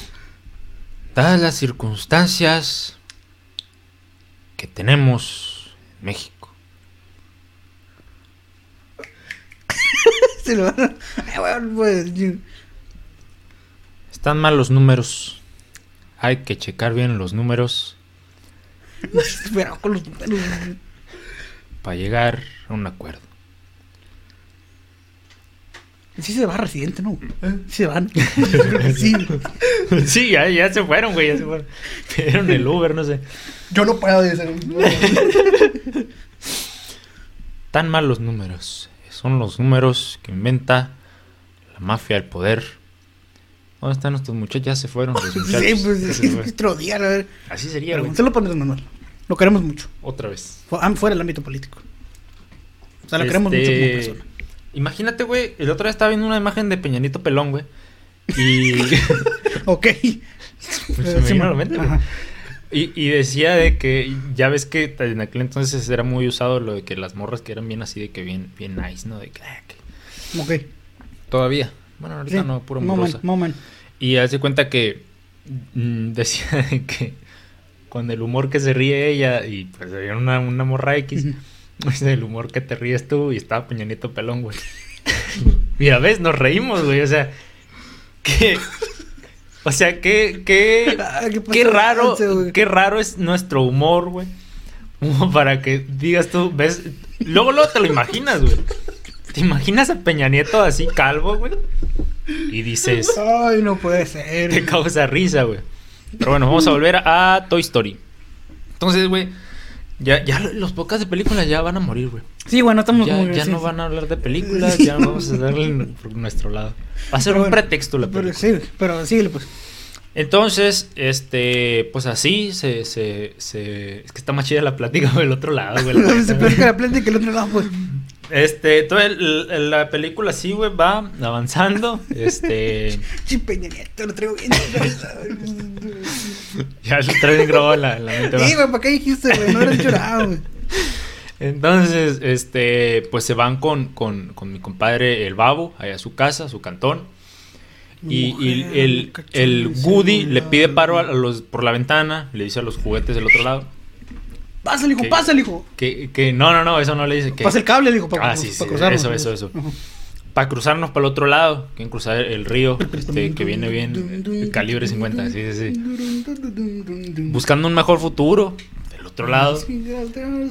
C: Dadas las circunstancias que tenemos en México.
A: Se lo van a- Ay, bueno, pues, sí.
C: Están mal los números. Hay que checar bien los números
A: Pero con los números, güey.
C: para llegar a un acuerdo.
A: Sí se va residente, ¿no? Sí se van. sí.
C: Sí, ya, ya se fueron, güey, ya se fueron. Pidieron el Uber, no sé.
B: Yo no puedo decir.
C: Tan mal los números. Son los números que inventa la mafia del poder. ¿Dónde están nuestros muchachos? Ya se fueron los muchachos.
A: Sí,
C: Ya
A: pues
C: se
A: sí,
C: fueron.
A: otro día, a ver.
C: Así sería, güey.
A: Pregúntelo para Andrés Manuel. Lo queremos mucho.
C: Otra vez.
A: Fu- ah, Fuera del ámbito político. O sea, lo queremos mucho como
C: Este,
A: persona.
C: Imagínate, güey, el otro día estaba viendo una imagen de Peñanito Pelón, güey. Y, pues,
A: Ok. Eh,
C: se me
A: Sí,
C: vino a la
A: man.
C: mente, güey.
A: Ajá.
C: y, y decía de que, ya ves que en aquel entonces era muy usado lo de que las morras que eran bien así, de que bien, bien nice, ¿no? De que, ah, que-
A: Ok.
C: Todavía. Bueno, ahorita
A: Sí.
C: no, puro
A: moment,
C: morosa.
A: moment.
C: Y hace cuenta que mm, decía de que con el humor que se ríe ella, y pues había una, una morra X,
A: Ujú.
C: pues el humor que te ríes tú, y estaba Peñanito Pelón, güey. Mira, ves, nos reímos, güey, o sea, que... O sea, que... que
A: Ah, pasó?
C: qué raro,
A: Sí, güey.
C: qué raro es nuestro humor, güey. Como para que digas tú, ves, luego luego te lo imaginas, güey. Te imaginas a Peña Nieto así calvo, güey. Y dices,
A: Ay, no puede ser.
C: te causa risa, güey. Pero bueno, vamos a volver a Toy Story. Entonces, güey, ya, ya los podcasts de películas ya van a morir, güey.
A: Sí, bueno, estamos
C: Ya,
A: como que
C: ya
A: sí,
C: no
A: sí.
C: van a hablar de películas, ya vamos a darle n- por nuestro lado. Va a ser
A: Pero
C: un
A: bueno,
C: pretexto la película.
A: Pero sí, pero sí, pues.
C: Entonces, este, pues así se, se, se. Es que está más chida la plática del otro lado, güey. la
A: Se
C: neta, güey.
A: platica la plática y el otro lado, pues.
C: Este, toda el- el- la película sí, güey, va avanzando. Este.
A: Sí, Peña Nieto, lo traigo bien.
C: ya lo traes grabado en la, en la mente, va.
A: Sí, Eh, güey, ¿para qué dijiste, güey? No hubieras llorado, güey.
C: Entonces, este, pues se van con, con, con mi compadre el Babo, allá a su casa, a su cantón. Y, y
A: Mujer,
C: el,
A: cachón,
C: el
A: ese
C: Woody le
A: lugar.
C: pide paro a los, por la ventana, le dice a los juguetes del otro lado.
A: Pásale, hijo,
C: Que-
A: pásale, hijo.
C: Que, que no, no, no, eso no le dice. Que,
A: Pasa el cable, dijo, para,
C: Ah, sí,
A: para
C: sí,
A: cruzarnos.
C: eso, eso, eso.
A: Ajá.
C: Para cruzarnos para el otro lado, que cruzar el río, este, que viene bien, eh, calibre 50, sí, sí, sí. Buscando un mejor futuro, del otro lado.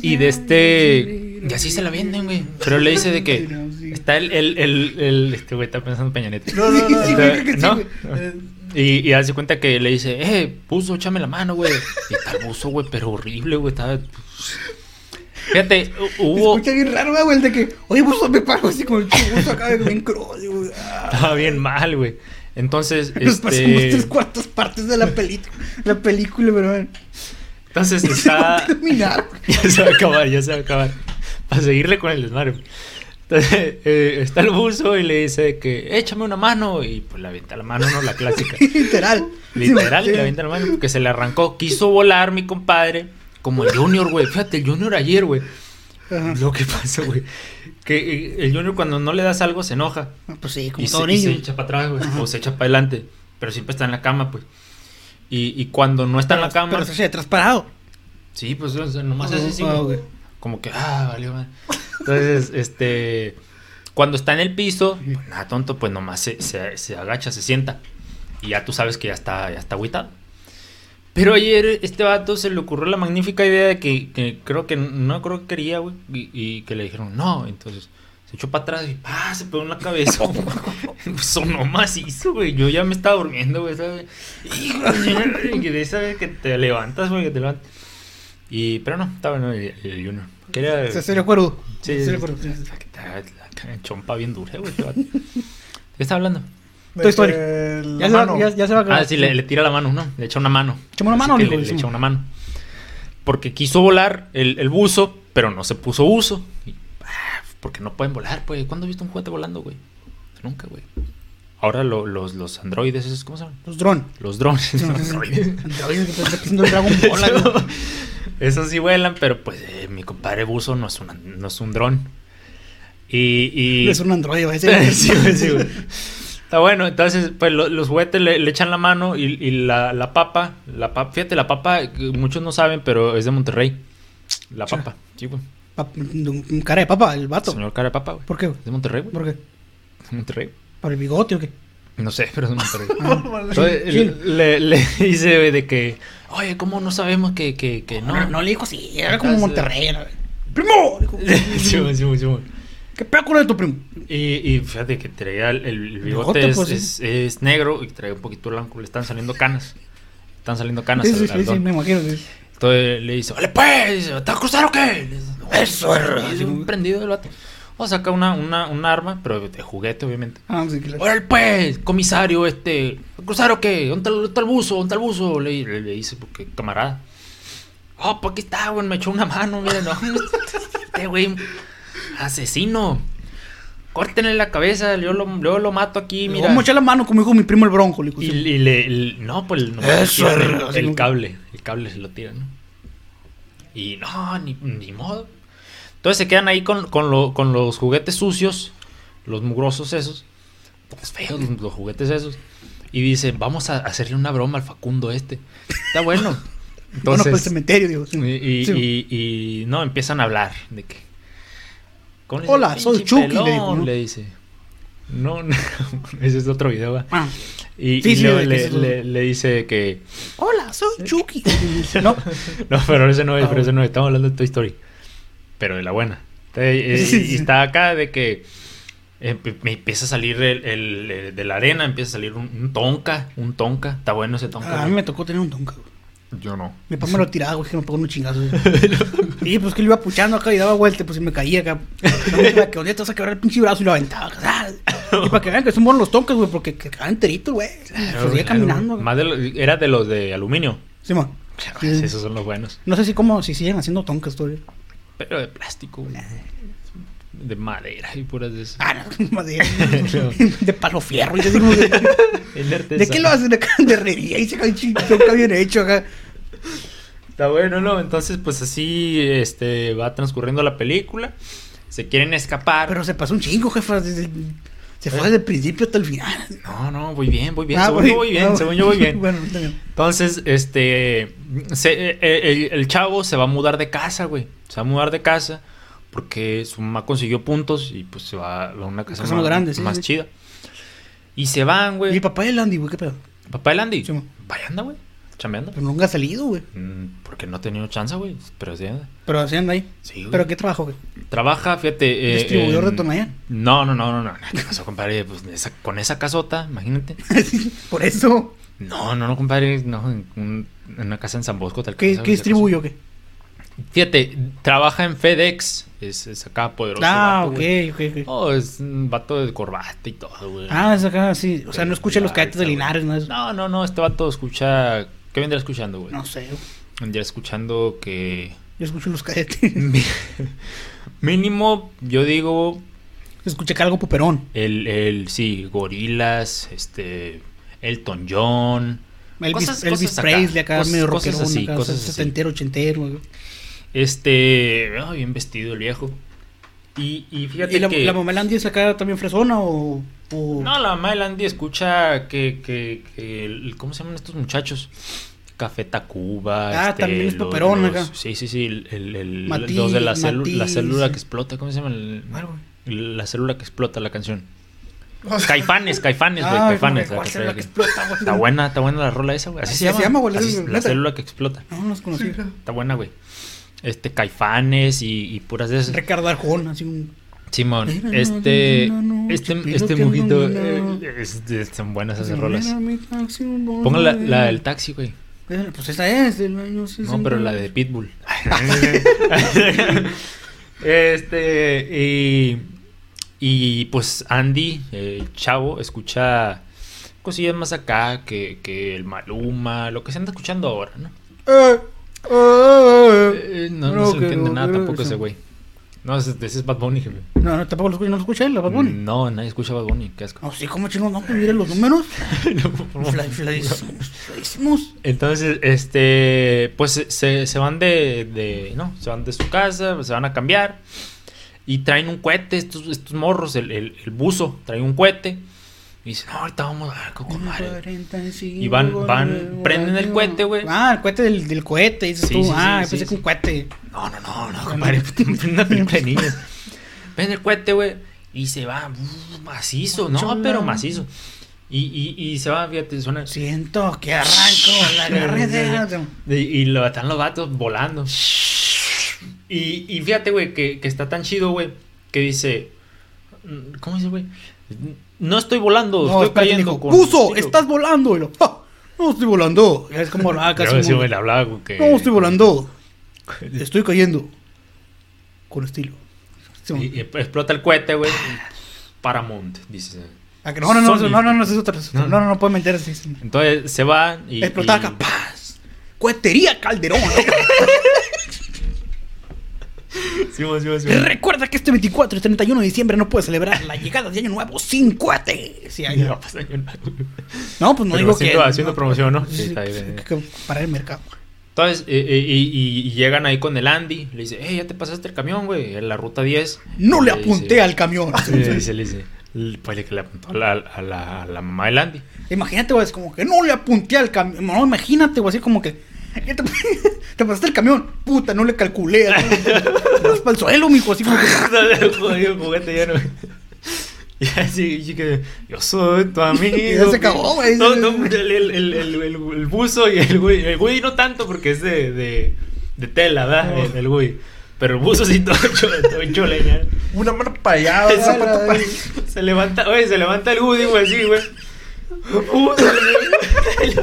C: Y de este. Y así se la venden, güey. Pero le dice de que. Está el. el, el, el- este güey está pensando en Peña Nieto.
B: No, no, no.
A: Sí,
B: no.
A: creo que sí,
C: ¿No?
A: güey.
B: Eh,
C: Y, y hace cuenta que le dice, eh, buzo, échame la mano, güey. Y está el buzo, güey, pero horrible, güey. Estaba. pues, Fíjate, hu-
A: Se
C: hubo.
A: Escucha bien raro, güey, el de que, oye, vos me pago así como el gusto acá, güey, bien cross, güey. Ah.
C: Estaba bien mal, güey. Entonces,
A: Nos pasamos
C: este.
A: tres cuartas partes de la película, la película, pero bueno.
C: Entonces está.
A: Terminar.
C: ya se va a acabar, ya se va a acabar. Para seguirle con el desmadre. Entonces eh, está el buzo y le dice que échame una mano. Y pues le avienta la mano, ¿no? La clásica.
A: Literal.
C: Literal,
A: Sí.
C: le avienta la mano porque se le arrancó. Quiso volar mi compadre. Como el Junior, güey. Fíjate, el Junior ayer, güey.
A: Ajá.
C: Lo que pasa, güey. Que eh, el Junior cuando no le das algo se enoja.
A: Ah, Pues sí, como
C: Y
A: todo
C: se, y se
A: niño.
C: echa para atrás, güey. O se echa para adelante. Pero siempre está en la cama, pues. Y, y cuando no está en la cama.
A: Pero se echa trasparado.
C: Sí, pues o sea, nomás hace así,
A: Ah,
C: güey.
A: güey.
C: Como que, ah, valió, madre. Entonces, este. Cuando está en el piso, pues nada tonto, pues nomás se, se- se agacha, se sienta. Y ya tú sabes que ya está, ya está agüitado. Pero ayer este vato se le ocurrió la magnífica idea de que, que creo que no creo que quería, güey. Y, y que le dijeron, no. Entonces se echó para atrás y ¡pah! se pegó en la cabeza. güey. Sonó macizo, güey. Yo ya me estaba durmiendo, güey. ¿sabes? Hijo de- que de esa vez que te levantas, güey, que te levantas. Y, pero no, estaba en el, el Junior. Que era-
A: Se estoy de acuerdo.
C: Sí,
A: Estoy de
C: sí,
A: acuerdo.
C: sí, sí. La, la- la chompa bien dura, güey. este vato. ¿De qué está hablando?
B: De
A: Toy Story.
B: que la
A: Ya se, va,
B: mano.
A: ya, ya se va a acabar.
C: Ah, sí, le, le tira la mano, ¿no? Le echa una mano.
A: Echame una
C: Así
A: mano,
C: que
A: amigo,
C: Le, le
A: decimos.
C: echa una mano. Porque quiso volar el, el buzo, pero no se puso uso. Y, ah, porque no pueden volar, pues. ¿Cuándo has visto un juguete volando, güey? Nunca, güey. Ahora lo- los, los androides, esos, ¿cómo se llaman?
A: Los drones.
C: Los drones. los androides. Eso- Esos sí vuelan, pero pues eh, mi compadre buzo no es, una- no es un dron. Y, y...
A: Es un androide, va a
C: Sí,
A: ser.
C: güey, sí, güey. Está bueno, entonces, pues lo- los juguetes le, le echan la mano y, y la, la papa, la papa, fíjate, la papa, que muchos no saben, pero es de Monterrey. La papa, sí, güey.
A: Pap- un Cara de papa, el vato.
C: Señor cara de papa, güey.
A: ¿Por qué? güey?
C: Es de Monterrey, güey.
A: ¿Por qué?
C: Es de Monterrey.
A: ¿Por el bigote o qué?
C: No sé, pero es de Monterrey.
B: Vale.
C: Entonces,
A: Ah, Sí.
C: le, le dice, güey, de que, oye, ¿cómo no sabemos que, que, que no?
A: No, no le dijo así, era como
C: Ah, sí.
A: Monterrey. era- ¡Primo! Dijo,
C: Sí, güey, sí, güey, sí, güey.
A: ¿Qué pedo con el de tu primo?
C: Y, y fíjate que traía el, el bigote,
A: Bigote,
C: es,
A: pues,
C: es- es negro y traía un poquito blanco, le están saliendo canas. Están saliendo canas
A: Sí,
C: al-
A: sí, sí,
C: al
A: sí,
C: don.
A: me imagino. sí.
C: Entonces le dice, vale pues, dice, ¿te vas a cruzar o qué? Le dice, "No,
A: Eso es
C: güey",
A: así
C: un
A: como-
C: prendido el vato. O saca una, una, un arma, pero de juguete, obviamente.
A: Ah, sí, claro.
C: Órale pues, comisario, este, ¿a cruzar o qué? ¿Dónde está, el- dónde está el buzo? ¿Dónde está el buzo? Le, le- le dice, porque camarada. Oh, pues aquí está, güey, me echó una mano, mira, no. Este güey, asesino. Córtenle la cabeza, yo lo, yo lo mato aquí,
A: Mira.
C: mira.
A: Vamos a echar la mano como dijo mi primo el bronco. le dijo,
C: Y,
A: sí.
C: y le, el- no, pues no,
A: Eso,
C: le tiran
A: así
C: el, el
A: como que-
C: cable, el cable se lo tiran, ¿no? Y no, ni, ni modo. Entonces se quedan ahí con, con, lo- con los juguetes sucios, los mugrosos esos, los feos, los, los juguetes esos. Y dicen, vamos a hacerle una broma al Facundo este. Está bueno.
A: Bueno, pues el
C: Entonces,
A: cementerio, digo. sí.
C: y, y-
A: Sí.
C: y- y, no, empiezan a hablar de que... ¿Cómo le dice?
A: Hola, soy
C: "Pinche
A: Chucky", le digo,
C: pelón,
A: ¿no?
C: le dice. No, no, ese es otro video, va.
A: Ah,
C: Y,
A: Sí,
C: y
A: sí,
C: luego
A: de que
C: le,
A: se-
C: le- le dice que.
A: Hola, soy Chucky. no,
C: No, pero ese no es,
A: Ah,
C: pero ese no es. Estamos hablando de Toy Story. Pero de la buena. Entonces, eh,
A: Sí, sí,
C: y
A: sí.
C: está acá de que. eh, emp- me empieza a salir el, el- el- de la arena, empieza a salir un, un tonka. Un tonka. Está bueno ese tonka.
A: Ah, a mí me tocó tener un tonka, güey.
D: Yo no.
A: Mi papá me lo tiraba, güey, que me pegó unos chingazos. güey. Y pues que lo iba puchando acá y daba vuelta, pues y me caía acá. Entonces, güey, que, ¿Dónde te vas a quebrar el pinche brazo? Y lo aventaba. acá, ¡zas! Y para que vean que son buenos los toncas, güey, porque que quedaban enteritos, güey. Pues,
C: Claro,
A: Seguía
C: claro.
A: caminando, güey.
C: Más de los- era de los de aluminio.
A: Simón.
C: Claro,
A: Sí.
C: Esos son los buenos.
A: No sé si cómo, si siguen haciendo toncas todavía.
C: Pero de plástico, güey. De madera y puras de esas.
A: Ah, no, madera.
C: No.
A: De palo fierro. y así como que-
C: El
A: ¿De qué lo
C: artesano.
A: hacen acá de herrería? Y se cae un tonka bien hecho acá.
C: Está bueno, ¿no? Entonces, pues así este, va transcurriendo la película. Se quieren escapar.
A: Pero se pasó un chingo, jefa. desde el- se fue desde el principio hasta el final.
C: No, no, voy bien, voy Eh. bien.
A: Ah,
C: según
A: güey.
C: yo voy bien,
A: Ah,
C: según yo voy bien.
A: bueno, está bien.
C: Entonces, este. se- eh, eh, el, el chavo se va a mudar de casa, güey. Se va a mudar de casa porque su mamá consiguió puntos y pues se va a una casa
A: Casa
C: más,
A: más grande, sí,
C: más
A: sí.
C: chida. Y se van,
A: Y
C: güey.
A: el papá de Landy, güey, qué pedo.
C: Papá de Andy.
A: Sí, mo.
C: Vaya, anda, güey. Chambeando.
A: Pero nunca ha salido, güey.
C: Mm, Porque no ha tenido chance, güey. Pero sí anda.
A: Pero así anda ahí.
C: Sí, güey.
A: ¿Pero qué trabajo, güey?
C: Trabaja, fíjate. eh,
A: Distribuidor de
C: en-
A: Tonayán.
C: No, no, no, no, no. ¿Qué pasó, compadre? Pues esa- con esa casota, imagínate.
A: Por eso.
C: No, no, no, compadre. No, en, un- en una casa en San Bosco, tal
A: ¿Qué, ¿qué distribuyo, qué?
C: Fíjate, trabaja en FedEx. Es, es acá poderoso.
A: Ah,
C: vato,
A: ok,
C: güey.
A: ok, ok.
C: Oh, es un vato de corbata y todo, güey.
A: Ah, es acá, sí. O sea, no escucha los
C: Larga,
A: cadetes de
C: güey.
A: Linares, ¿no? Eso.
C: No, no, no. Este vato escucha. ¿Qué vendrá escuchando, güey?
A: No sé, güey.
C: Vendrá escuchando que.
A: Yo escucho los cadetes.
C: Mínimo, yo digo.
A: Se escucha que algo puperón.
C: El, el, sí, gorilas, este, Elton John.
A: Elvis,
C: Cosas-
A: Elvis
C: cosas acá.
A: Presley acá,
C: Cosas-
A: medio
C: cosas
A: rockerón,
C: así,
A: acá,
C: cosas así.
A: setentero, ochentero. güey.
C: Este, ah, bien vestido el viejo. Y, y fíjate
A: ¿Y la,
C: que...
A: la Momelandia es acá también fresona o...? o-
C: No, la mamá de Landy escucha que, que, que el- ¿cómo se llaman estos muchachos? Café Tacuba. este,
A: Ah, también es poperón
C: los-
A: acá.
C: Sí, sí, sí. El, el, el-
A: Matiz,
C: los de la, celu- la
A: Matiz.
C: célula que explota, ¿cómo se llama? El-
B: Mal, güey.
C: la célula que explota la canción.
B: O sea,
C: Caifanes, caifanes, güey,
A: Ay,
C: caifanes.
A: güey, Ah, ¿cuál
C: la-
A: será la que
C: está, buena, está buena la rola esa, güey. Así se llama.
A: se llama, güey,
C: Así
A: es-
C: es, la
A: neta.
C: célula que explota.
A: No, no los conocí.
C: Está buena, güey. Este, caifanes y, y puras de esas.
A: Ricardo Arjón, así un...
C: Simón,
A: Era
C: este,
A: una noche
C: este,
A: pero
C: este
A: que no
C: mojito, eh,
A: era.
C: es- es- son buenas esas
A: Era
C: rolas.
A: mi taxi, un bono
C: Pongan la,
A: de-
C: la del taxi, güey.
A: Eh, Pues esa es, del año
C: No, pero la
A: 60.
C: de Pitbull. este, y, y pues Andy, eh, chavo, escucha cosillas más acá que, que el Maluma, lo que se anda escuchando ahora, ¿no?
A: Eh, eh, eh, eh.
C: Eh, no, no
A: Creo
C: se
A: que
C: entiende
A: no,
C: nada
A: creo
C: tampoco
A: que
C: ese
A: sí.
C: güey. No, ese, ese es Bad Bunny, güey.
A: No, no, tampoco lo escuché, no lo escuché, la Bad Bunny.
C: No, nadie escucha Bad Bunny, qué asco.
A: No sé cómo chingos no, pues miren los números. Pues Infladísimos.
C: Entonces, este, pues se, se van de, de- ¿no? Se van de su casa, se van a cambiar y traen un cohete, estos, estos morros, el, el- el buzo, trae un cohete y dicen, no, ahorita vamos a ver con madre. Y van- van- prenden el cohete, güey.
A: Ah, el cohete del, del cohete, dices
C: Sí,
A: tú.
C: sí, sí,
A: ah,
C: sí,
A: pensé
C: sí.
A: que un cohete.
C: No, no, no, no, compadre, una película de niños. Prende el cohete, güey, y se va, uh, macizo, no,
A: Chula.
C: pero macizo. Y, y, y se va, fíjate, suena...
A: Siento que arranco la carretera.
C: Y, y lo están los vatos volando. Y, y fíjate, güey, que, que está tan chido, güey, que dice... mm, ¿Cómo dice, güey? No estoy volando,
A: No,
C: estoy
A: espérate,
C: cayendo
A: dijo,
C: con...
A: Buzo,
C: estilo".
A: estás volando. Y lo, "Ja, no estoy volando. Ya es como, ah,
C: Creo
A: casi.
C: que sí,
A: como-
C: güey, le hablaba con que...
A: No estoy volando. Estoy cayendo. Con estilo. Sí,
C: Y, y explota el cohete, güey. y Paramount, dice.
A: Ah, que No, no, no,
C: Sony.
A: no, no, no, eso es otra. eso es otra.
C: No,
A: No, no, no puedo meter así. sí.
C: Entonces se va y...
A: Explotar
C: y-
A: capaz. Cohetería Calderón.
C: Sí, güey, sí, güey, sí, güey.
A: Recuerda que este 24 y 31 de diciembre no puedes celebrar la llegada de Año Nuevo sin cohete. Sí, ahí-
C: Y va pasando un-
A: no, pues no
C: Pero
A: digo
C: haciendo-
A: que.
C: haciendo
A: no,
C: promoción, ¿no?
A: sí,
C: Sí, está
A: pues,
C: bien,
A: que- que Para el mercado.
C: Entonces, eh, eh, y, y- y llegan ahí con el Andy. Le dice, eh, ya te pasaste el camión, güey, en la ruta 10.
A: No le
C: dice-
A: apunté al camión.
C: Le dice, le dice. le- Pues le que le apuntó a la, a la, a la mamá de Landy.
A: Imagínate, güey, es como que no le apunté al camión. No, imagínate, güey, así como que. ¿qué Te, te pasaste el camión. Puta, no le calculé. Vas para el suelo, mijo, así como que.
C: Jodido juguete ya no. Y así, y que yo soy tu amigo.
A: Y ya se acabó, güey.
C: No, no, el, el, el, el, el- el buzo y el güey. El güey no tanto porque es de, de, de tela, ¿verdad? El, el güey. Pero el buzo sí todo hecho, todo hecho leña.
B: Una mano para allá,
C: Ese-
B: otra mano para allá.
C: Se levanta, güey, se levanta el Woody, güey, así, güey. Uh,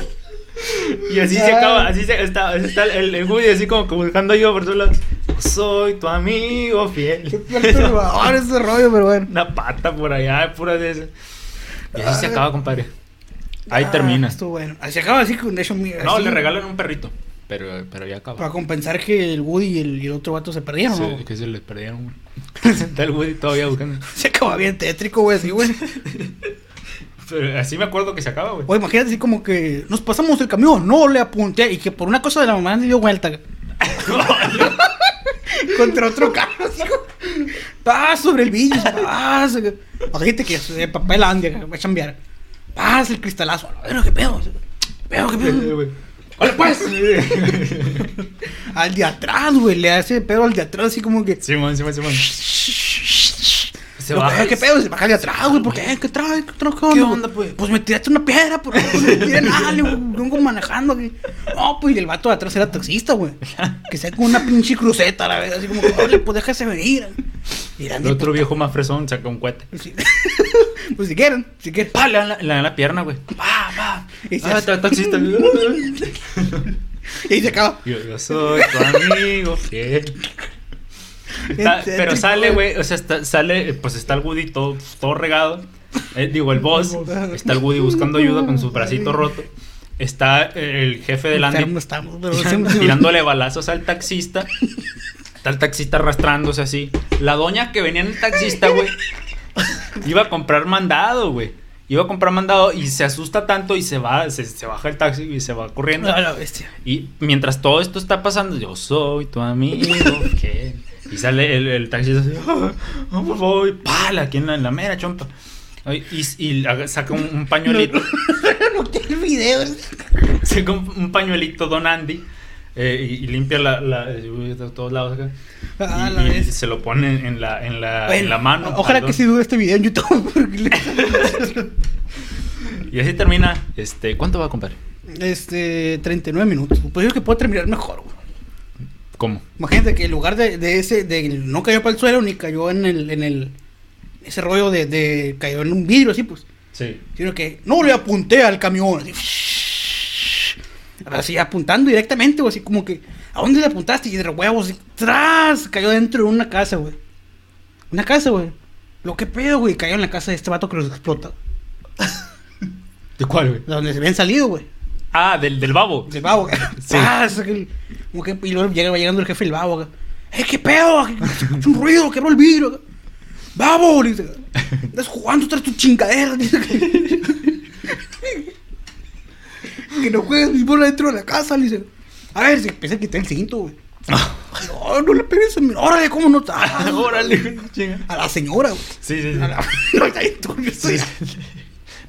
C: Y así se
A: Ah.
C: acaba, así se está, está el, el Woody así como que buscando yo por todos lados. Soy tu amigo
A: Qué
C: fiel.
A: perturbador ese rollo, pero bueno.
C: Una pata por allá, pura de esas. Y así se acaba, compadre. Ahí
A: Ah,
C: termina.
A: Estuvo bueno. Así acaba así con Nation Mira.
C: No,
A: así,
C: le regalan un perrito. Pero, pero ya acaba.
A: Para compensar que el Woody y el, y el otro vato se perdieron, ¿no?
C: Se- que se les perdieron. güey. Está el Woody todavía buscando.
A: Se acaba bien tétrico, güey, así, güey.
C: Pero así me acuerdo que se acaba, güey.
A: O imagínate así como que nos pasamos el camión, no le apunté. Y que por una cosa de la mamá le dio vuelta. Contra otro carro, así como, Vas sobre el billo, vas. Imagínate que es de papel Andy, acá, va a chambear. Vas el cristalazo. A ver, qué pedo. ¿Qué pedo, qué
C: Eh,
A: pedo.
C: güey. ¡Hola, pues!
A: Al de atrás, güey, le hace pedo al de atrás, así como que.
C: Simón, Simón, Simón. Se
A: No,
C: baja.
A: pero ¿Qué pedo? Se baja de atrás, güey. ¿Por qué? ¿Qué trae? ¿Qué trae?
C: ¿Qué onda, pues?
A: Pues me tiraste una piedra, por pues, me tiré nada, le güey, vengo manejando, güey. No, pues y el vato de atrás era taxista, güey. Que sea con una pinche cruceta, la verdad. Así como que, oye, pues déjese venir. Y era
C: El otro viejo más fresón saca un cohete.
A: Pues, sí. Pues, si quieren, si quieren.
C: Pa, le dan la, le dan la pierna, güey. Pa, pa.
A: Y se
C: Ah,
A: hace-
C: ta- taxista.
A: Y ahí se acaba.
C: yo, yo soy tu amigo, fiel. Está-
A: Gente,
C: pero
A: chico,
C: sale, güey. O sea, está- sale, eh, pues está el Woody todo, todo regado. Eh, digo, el boss. Está el Woody buscando ayuda con su bracito roto. Está eh, el jefe del Andy
A: Enfermo estamos, pero
C: Tirando-
A: siempre-
C: tirándole balazos al taxista. Está el taxista arrastrándose así. La doña que venía en el taxista, güey. Iba a comprar mandado, güey. Iba a comprar mandado y se asusta tanto y se va, se, se baja el taxi y se va corriendo.
A: A la bestia.
C: Y mientras todo esto está pasando, yo soy tu amigo. ¿qué? Y sale el, el taxista así, "Ah, ah, por favor, y pala, aquí en la, en la mera chompa. Ay, Y, y haga- saca un, un pañuelito,
A: no quiero videos.
C: saca un, un pañuelito Don Andy eh, y, y limpia la, la- eh, de todos lados acá.
A: A
C: Y-
A: Ah, la
C: y
A: bestia.
C: se lo pone en la, en la, en la mano.
A: Ojalá
C: al
A: que
C: don.
A: sí dure este video en YouTube. porque le-
C: Y así termina. Este, ¿Cuánto va a comprar?
A: este, 39 minutos. Pues yo creo que puedo terminar mejor, güey.
C: ¿Cómo?
A: Imagínate que en lugar de, de ese, de no cayó para el suelo ni cayó en el, en el, ese rollo de, de cayó en un vidrio así, pues.
C: Sí.
A: Sino que no le apunté al camión. Así, así, apuntando directamente, güey, así como que, ¿a dónde le apuntaste? Y de huevos, y tras, cayó dentro de una casa, güey. Una casa, güey. Lo que pedo, güey, cayó en la casa de este vato que los explota.
C: ¿De cuál, güey?
A: de Donde se habían salido, güey.
C: Ah, del, del babo.
A: Del babo, güey.
C: Sí.
A: Tras, aquel- como que- y luego llega, va llegando el jefe del babo, güey. ¡Eh, qué pedo! Es un ruido, quebró el vidrio. güey. ¡Babo! Le dice, estás jugando, traes tu chingadera. dice que, que no juegues mi bola dentro de la casa, le dice. A ver, se empieza a quitar el cinto, güey. No, no le pegues a mi. Órale, ¿cómo no? Ah,
C: Órale, güey, chinga.
A: A la señora, güey.
C: Sí, sí, sí.
A: A la- No, está bien turbio esto ya.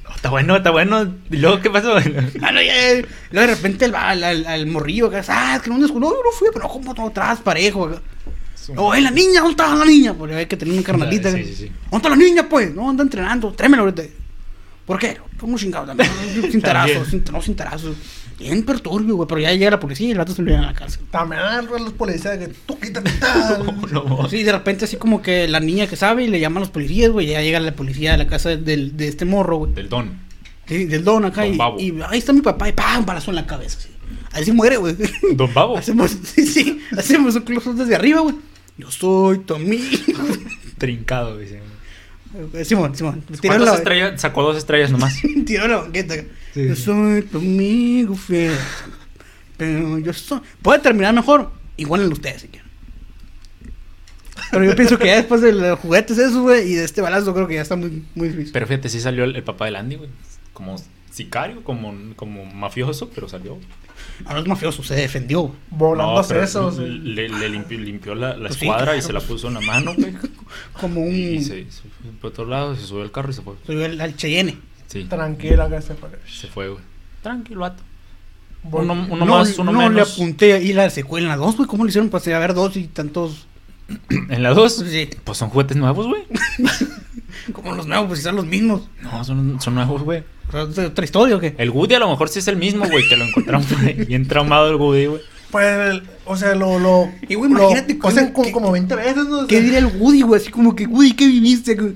C: No, está bueno, está bueno. ¿Y luego qué pasó?
A: Ah, no, ya, ya. Luego de repente al, al, al- al morrillo acá, ah, es que no descubrió, no, yo no fui, pero como todo atrás, parejo. acá. Oh, es la niña, ¿dónde está la niña? Porque hay que tener una carnalita.
C: Sí,
A: acá.
C: sí, sí.
A: ¿Dónde está la niña, pues? No, anda entrenando, tráemela ahorita. ¿Por qué? Como chingado también. Sin tarazo,
C: También.
A: sin, no, sin tarazo. Bien perturbio, güey, pero ya llega la policía y el vato se lo llevan a la cárcel.
B: También a los policías de que tú quítate tal.
C: No,
A: Sí, de repente así como que la niña que sabe y le llaman a los policías, güey, ya llega la policía a la casa del, de este morro, güey.
C: Del don.
A: Sí, del don acá.
C: Don
A: y,
C: Babo.
A: y ahí está mi papá y ¡pam! Balazo en la cabeza. Así, así muere, güey.
C: Don Babo.
A: Hacemos, sí, sí, hacemos un close desde arriba, güey. Yo soy tu amigo.
C: Trincado, dice.
A: Eh, Simón, Simón. Tiró
C: ¿Cuántas
A: la,
C: estrellas? Sacó dos estrellas nomás.
A: tiró la banqueta.
C: Sí.
A: Yo soy tu amigo, fiel. Pero yo soy. Puede terminar mejor. Igual en ustedes, si quieren. Pero yo pienso que ya después de los juguetes, esos, güey, y de este balazo, creo que ya está muy, muy difícil.
C: Pero fíjate, sí salió el, el papá del Andy, güey. Como sicario, como, como mafioso, pero salió.
A: Ahora es mafioso, se defendió, güey.
B: Volando
C: No, pero
B: sesos.
C: Le, le limpió, limpió la, la
A: Pues sí,
C: escuadra y
A: claro.
C: se la puso en la mano, güey.
A: Como un.
C: Y se, se fue por otro lado, se subió al carro y se fue.
A: Soy el, al Cheyenne.
C: Sí,
B: Tranquila, que se fue.
C: se fue, güey. Tranquilo, vato.
B: Vol-
C: Uno, uno
A: no,
C: más, uno
A: no le
C: menos.
A: apunté y la secuela en la 2, güey. ¿Cómo le hicieron para haber dos y tantos?
C: En la dos,
A: Sí.
C: pues son juguetes nuevos, güey.
A: Como los nuevos, pues si son los mismos.
C: No, son, son nuevos, güey.
A: O sea, ¿es ¿Otra historia o qué?
C: El Woody a lo mejor sí es el mismo, güey, que lo encontramos por ahí. Bien traumado el Woody, güey.
B: Pues, el- o sea, lo. lo
A: Y, güey,
B: lo
A: imagínate
B: cosen
A: cómo-
B: como,
A: qué-
B: como 20 veces, ¿no? O sea,
A: ¿Qué diría el Woody, güey? Así como que, Woody, ¿qué viviste? güey?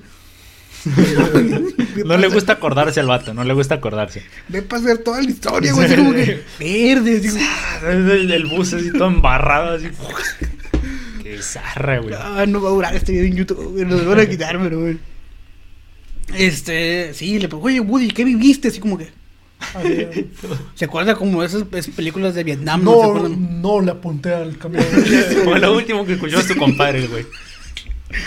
C: No le gusta acordarse al vato, no le gusta acordarse.
A: Ve para hacer toda la historia, güey. Así como que, verde. así como-
C: El, el bus así todo embarrado, así. Qué zarra, güey.
A: Ah, no va a durar este video en YouTube, güey. Nos van a quitar, pero, güey. Este, sí, le pregunto, oye, Woody, ¿qué viviste? Así como que,
B: así,
A: ¿se acuerda como esas esas películas de Vietnam? ¿no? ¿Se
B: No,
A: acuerdan?
B: no le apunté al camión.
C: Fue lo último que escuchó a su compadre, güey.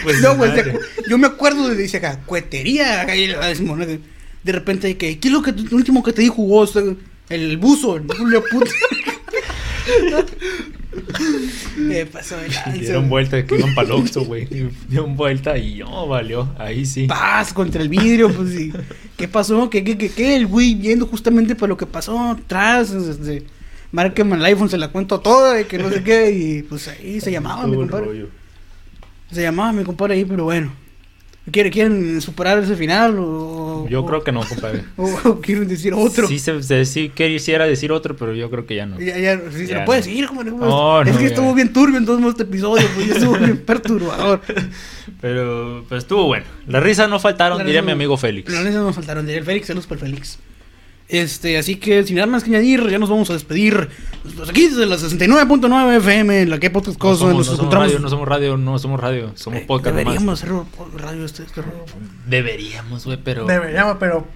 C: Pues,
A: No, güey,
C: madre.
A: se acu- yo me acuerdo de dice acá, cuetería, acá, y la- Simón, acá. de repente de que, ¿qué es lo que tú- lo último que te dijo vos? eh? El buzo, el buzo, puta. ¿Qué pasó? de lanza,
C: Dieron
A: güey.
C: vuelta, que iban para güey. Dieron vuelta y no, valió. Ahí sí.
A: Paz contra el vidrio, pues sí. ¿Qué pasó? ¿Qué, qué, qué, qué? El güey viendo justamente para lo que pasó atrás, este, márqueme el iPhone, se la cuento toda, y que no sé qué, y pues ahí se llamaba mi
C: Todo el
A: compadre.
C: rollo.
A: Se llamaba mi compadre ahí, pero bueno. ¿Quieren, quieren superar ese final? O,
C: Yo
A: o-
C: creo que no, compadre.
A: O, o quieren decir otro.
C: Sí, se, se- sí quisiera decir otro, pero yo creo que ya no.
A: Ya, ya, sí, se
C: Ya
A: lo puede
C: no.
A: decir, como
C: No,
A: es
C: no,
A: que
C: ya.
A: estuvo bien turbio en todo este episodio, pues ya estuvo bien perturbador.
C: Pero, pero estuvo bueno. Las risas no faltaron,
A: La
C: diría
A: risa-
C: mi amigo Félix.
A: Pero eso nos faltaron, diría el Félix, saludos para el Félix. Este, así que sin nada más que añadir, ya nos vamos a despedir. Nosotros aquí desde la 69.9 FM, en la que podcast
C: No
A: cosa,
C: somos,
A: nos
C: no somos
A: encontramos.
C: radio, no somos radio, no somos radio, somos
A: Eh,
C: podcast nomás.
A: Deberíamos hacer radio este, este rollo.
C: Deberíamos, güey, pero
B: Deberíamos, pero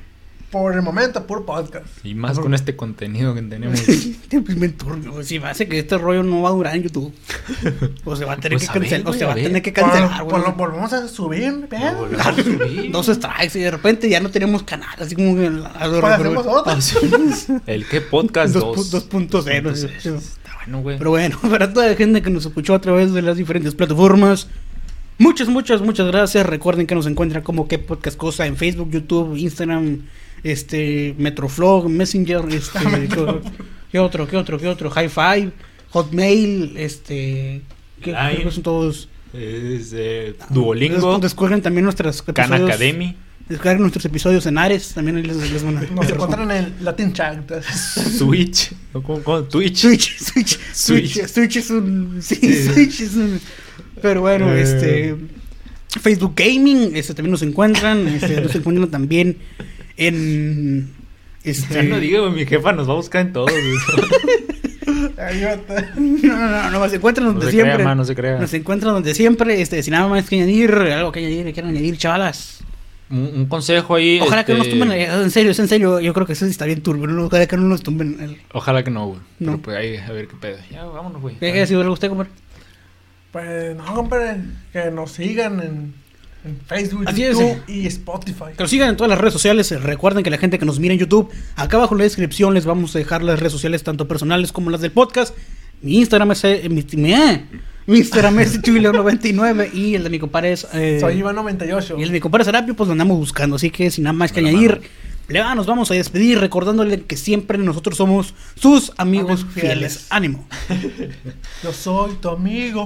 B: Por el momento, puro podcast.
D: Y más con este contenido que tenemos.
A: Este primer turno, güey, si hace que este rollo no va a durar en YouTube. O se va a tener
C: Pues
A: que
C: a ver,
A: cancelar. O
C: güey,
A: se
C: a
A: va a
C: ver.
A: tener que
B: Por-
A: cancelar, güey.
B: por lo volvemos a subir,
C: Lo
B: vean.
C: volvemos a subir.
A: Dos strikes y de repente ya no tenemos canal. Así como que. a lo
B: Pues
A: mejor-
B: hacemos otro.
D: ¿El qué podcast?
A: Dos
D: Dos.
A: pu- 2.0, sí, sí.
D: 2.0. Está bueno, güey.
A: Pero bueno, para toda la gente que nos escuchó a través de las diferentes plataformas, muchas, muchas, muchas gracias. Recuerden que nos encuentran como que podcast cosa en Facebook, YouTube, Instagram, este, Metroflog, Messenger, este, ¿qué, qué otro, qué otro, qué otro? High Five, Hotmail, este, ¿qué,
C: Line.
A: creo que son todos?
D: Es eh,
A: Des-
D: Duolingo,
A: Descarguen también nuestros
D: Khan
A: episodios.
D: Academy.
A: Descarguen nuestros episodios en Ares, también ahí les, les van a.
B: Nos encuentran en el Latin Chat.
D: Switch. ¿no? ¿Cómo, cómo? Twitch.
A: Switch, Switch, Switch,
D: Switch.
A: Switch es un. Sí,
D: Sí.
A: Switch es un. Pero bueno,
D: Eh.
A: este. Facebook Gaming, este también nos encuentran. Este, nos encuentran también en. Este,
D: Ya no digo, güey, mi jefa nos va a buscar en todo. güey.
B: Ahí va a estar.
A: No, no, no, no, nos encuentran
D: No
A: donde
D: se
A: siempre.
D: crea, ma, no se crea.
A: Nos encuentran donde siempre. Este, sin nada más que añadir, algo que añadir, que quieran añadir, chavalas.
D: Un, un consejo ahí.
A: Ojalá que no nos
D: este,
A: tumben, eh, en serio, es en serio. Yo creo que eso sí está bien turbio. ¿no? Ojalá que no nos tumben. El...
D: Ojalá que no, güey.
A: No.
D: Pero pues ahí, a ver qué pedo. Ya, vámonos, güey.
A: ¿Qué si hubiera usted, comer?
B: Pues no, compadre, que nos sigan en, en Facebook,
A: Así es,
B: YouTube
A: eh.
B: y Spotify.
A: Que nos sigan en todas las redes sociales. Eh, Recuerden que la gente que nos mira en YouTube, acá abajo en la descripción les vamos a dejar las redes sociales, tanto personales como las del podcast. Mi Instagram es. eh, mi, mi- eh, mi Instagram es Chuilo99 y el de mi compadre es. eh,
B: Soy Iván98.
A: y el de mi compadre Serapio, pues lo andamos buscando. Así que sin nada más que
D: De la
A: añadir,
D: mano.
A: plebada, nos vamos a despedir recordándole que siempre nosotros somos sus amigos
B: Amigos
A: fieles.
B: fieles.
A: Ánimo.
B: Yo soy tu amigo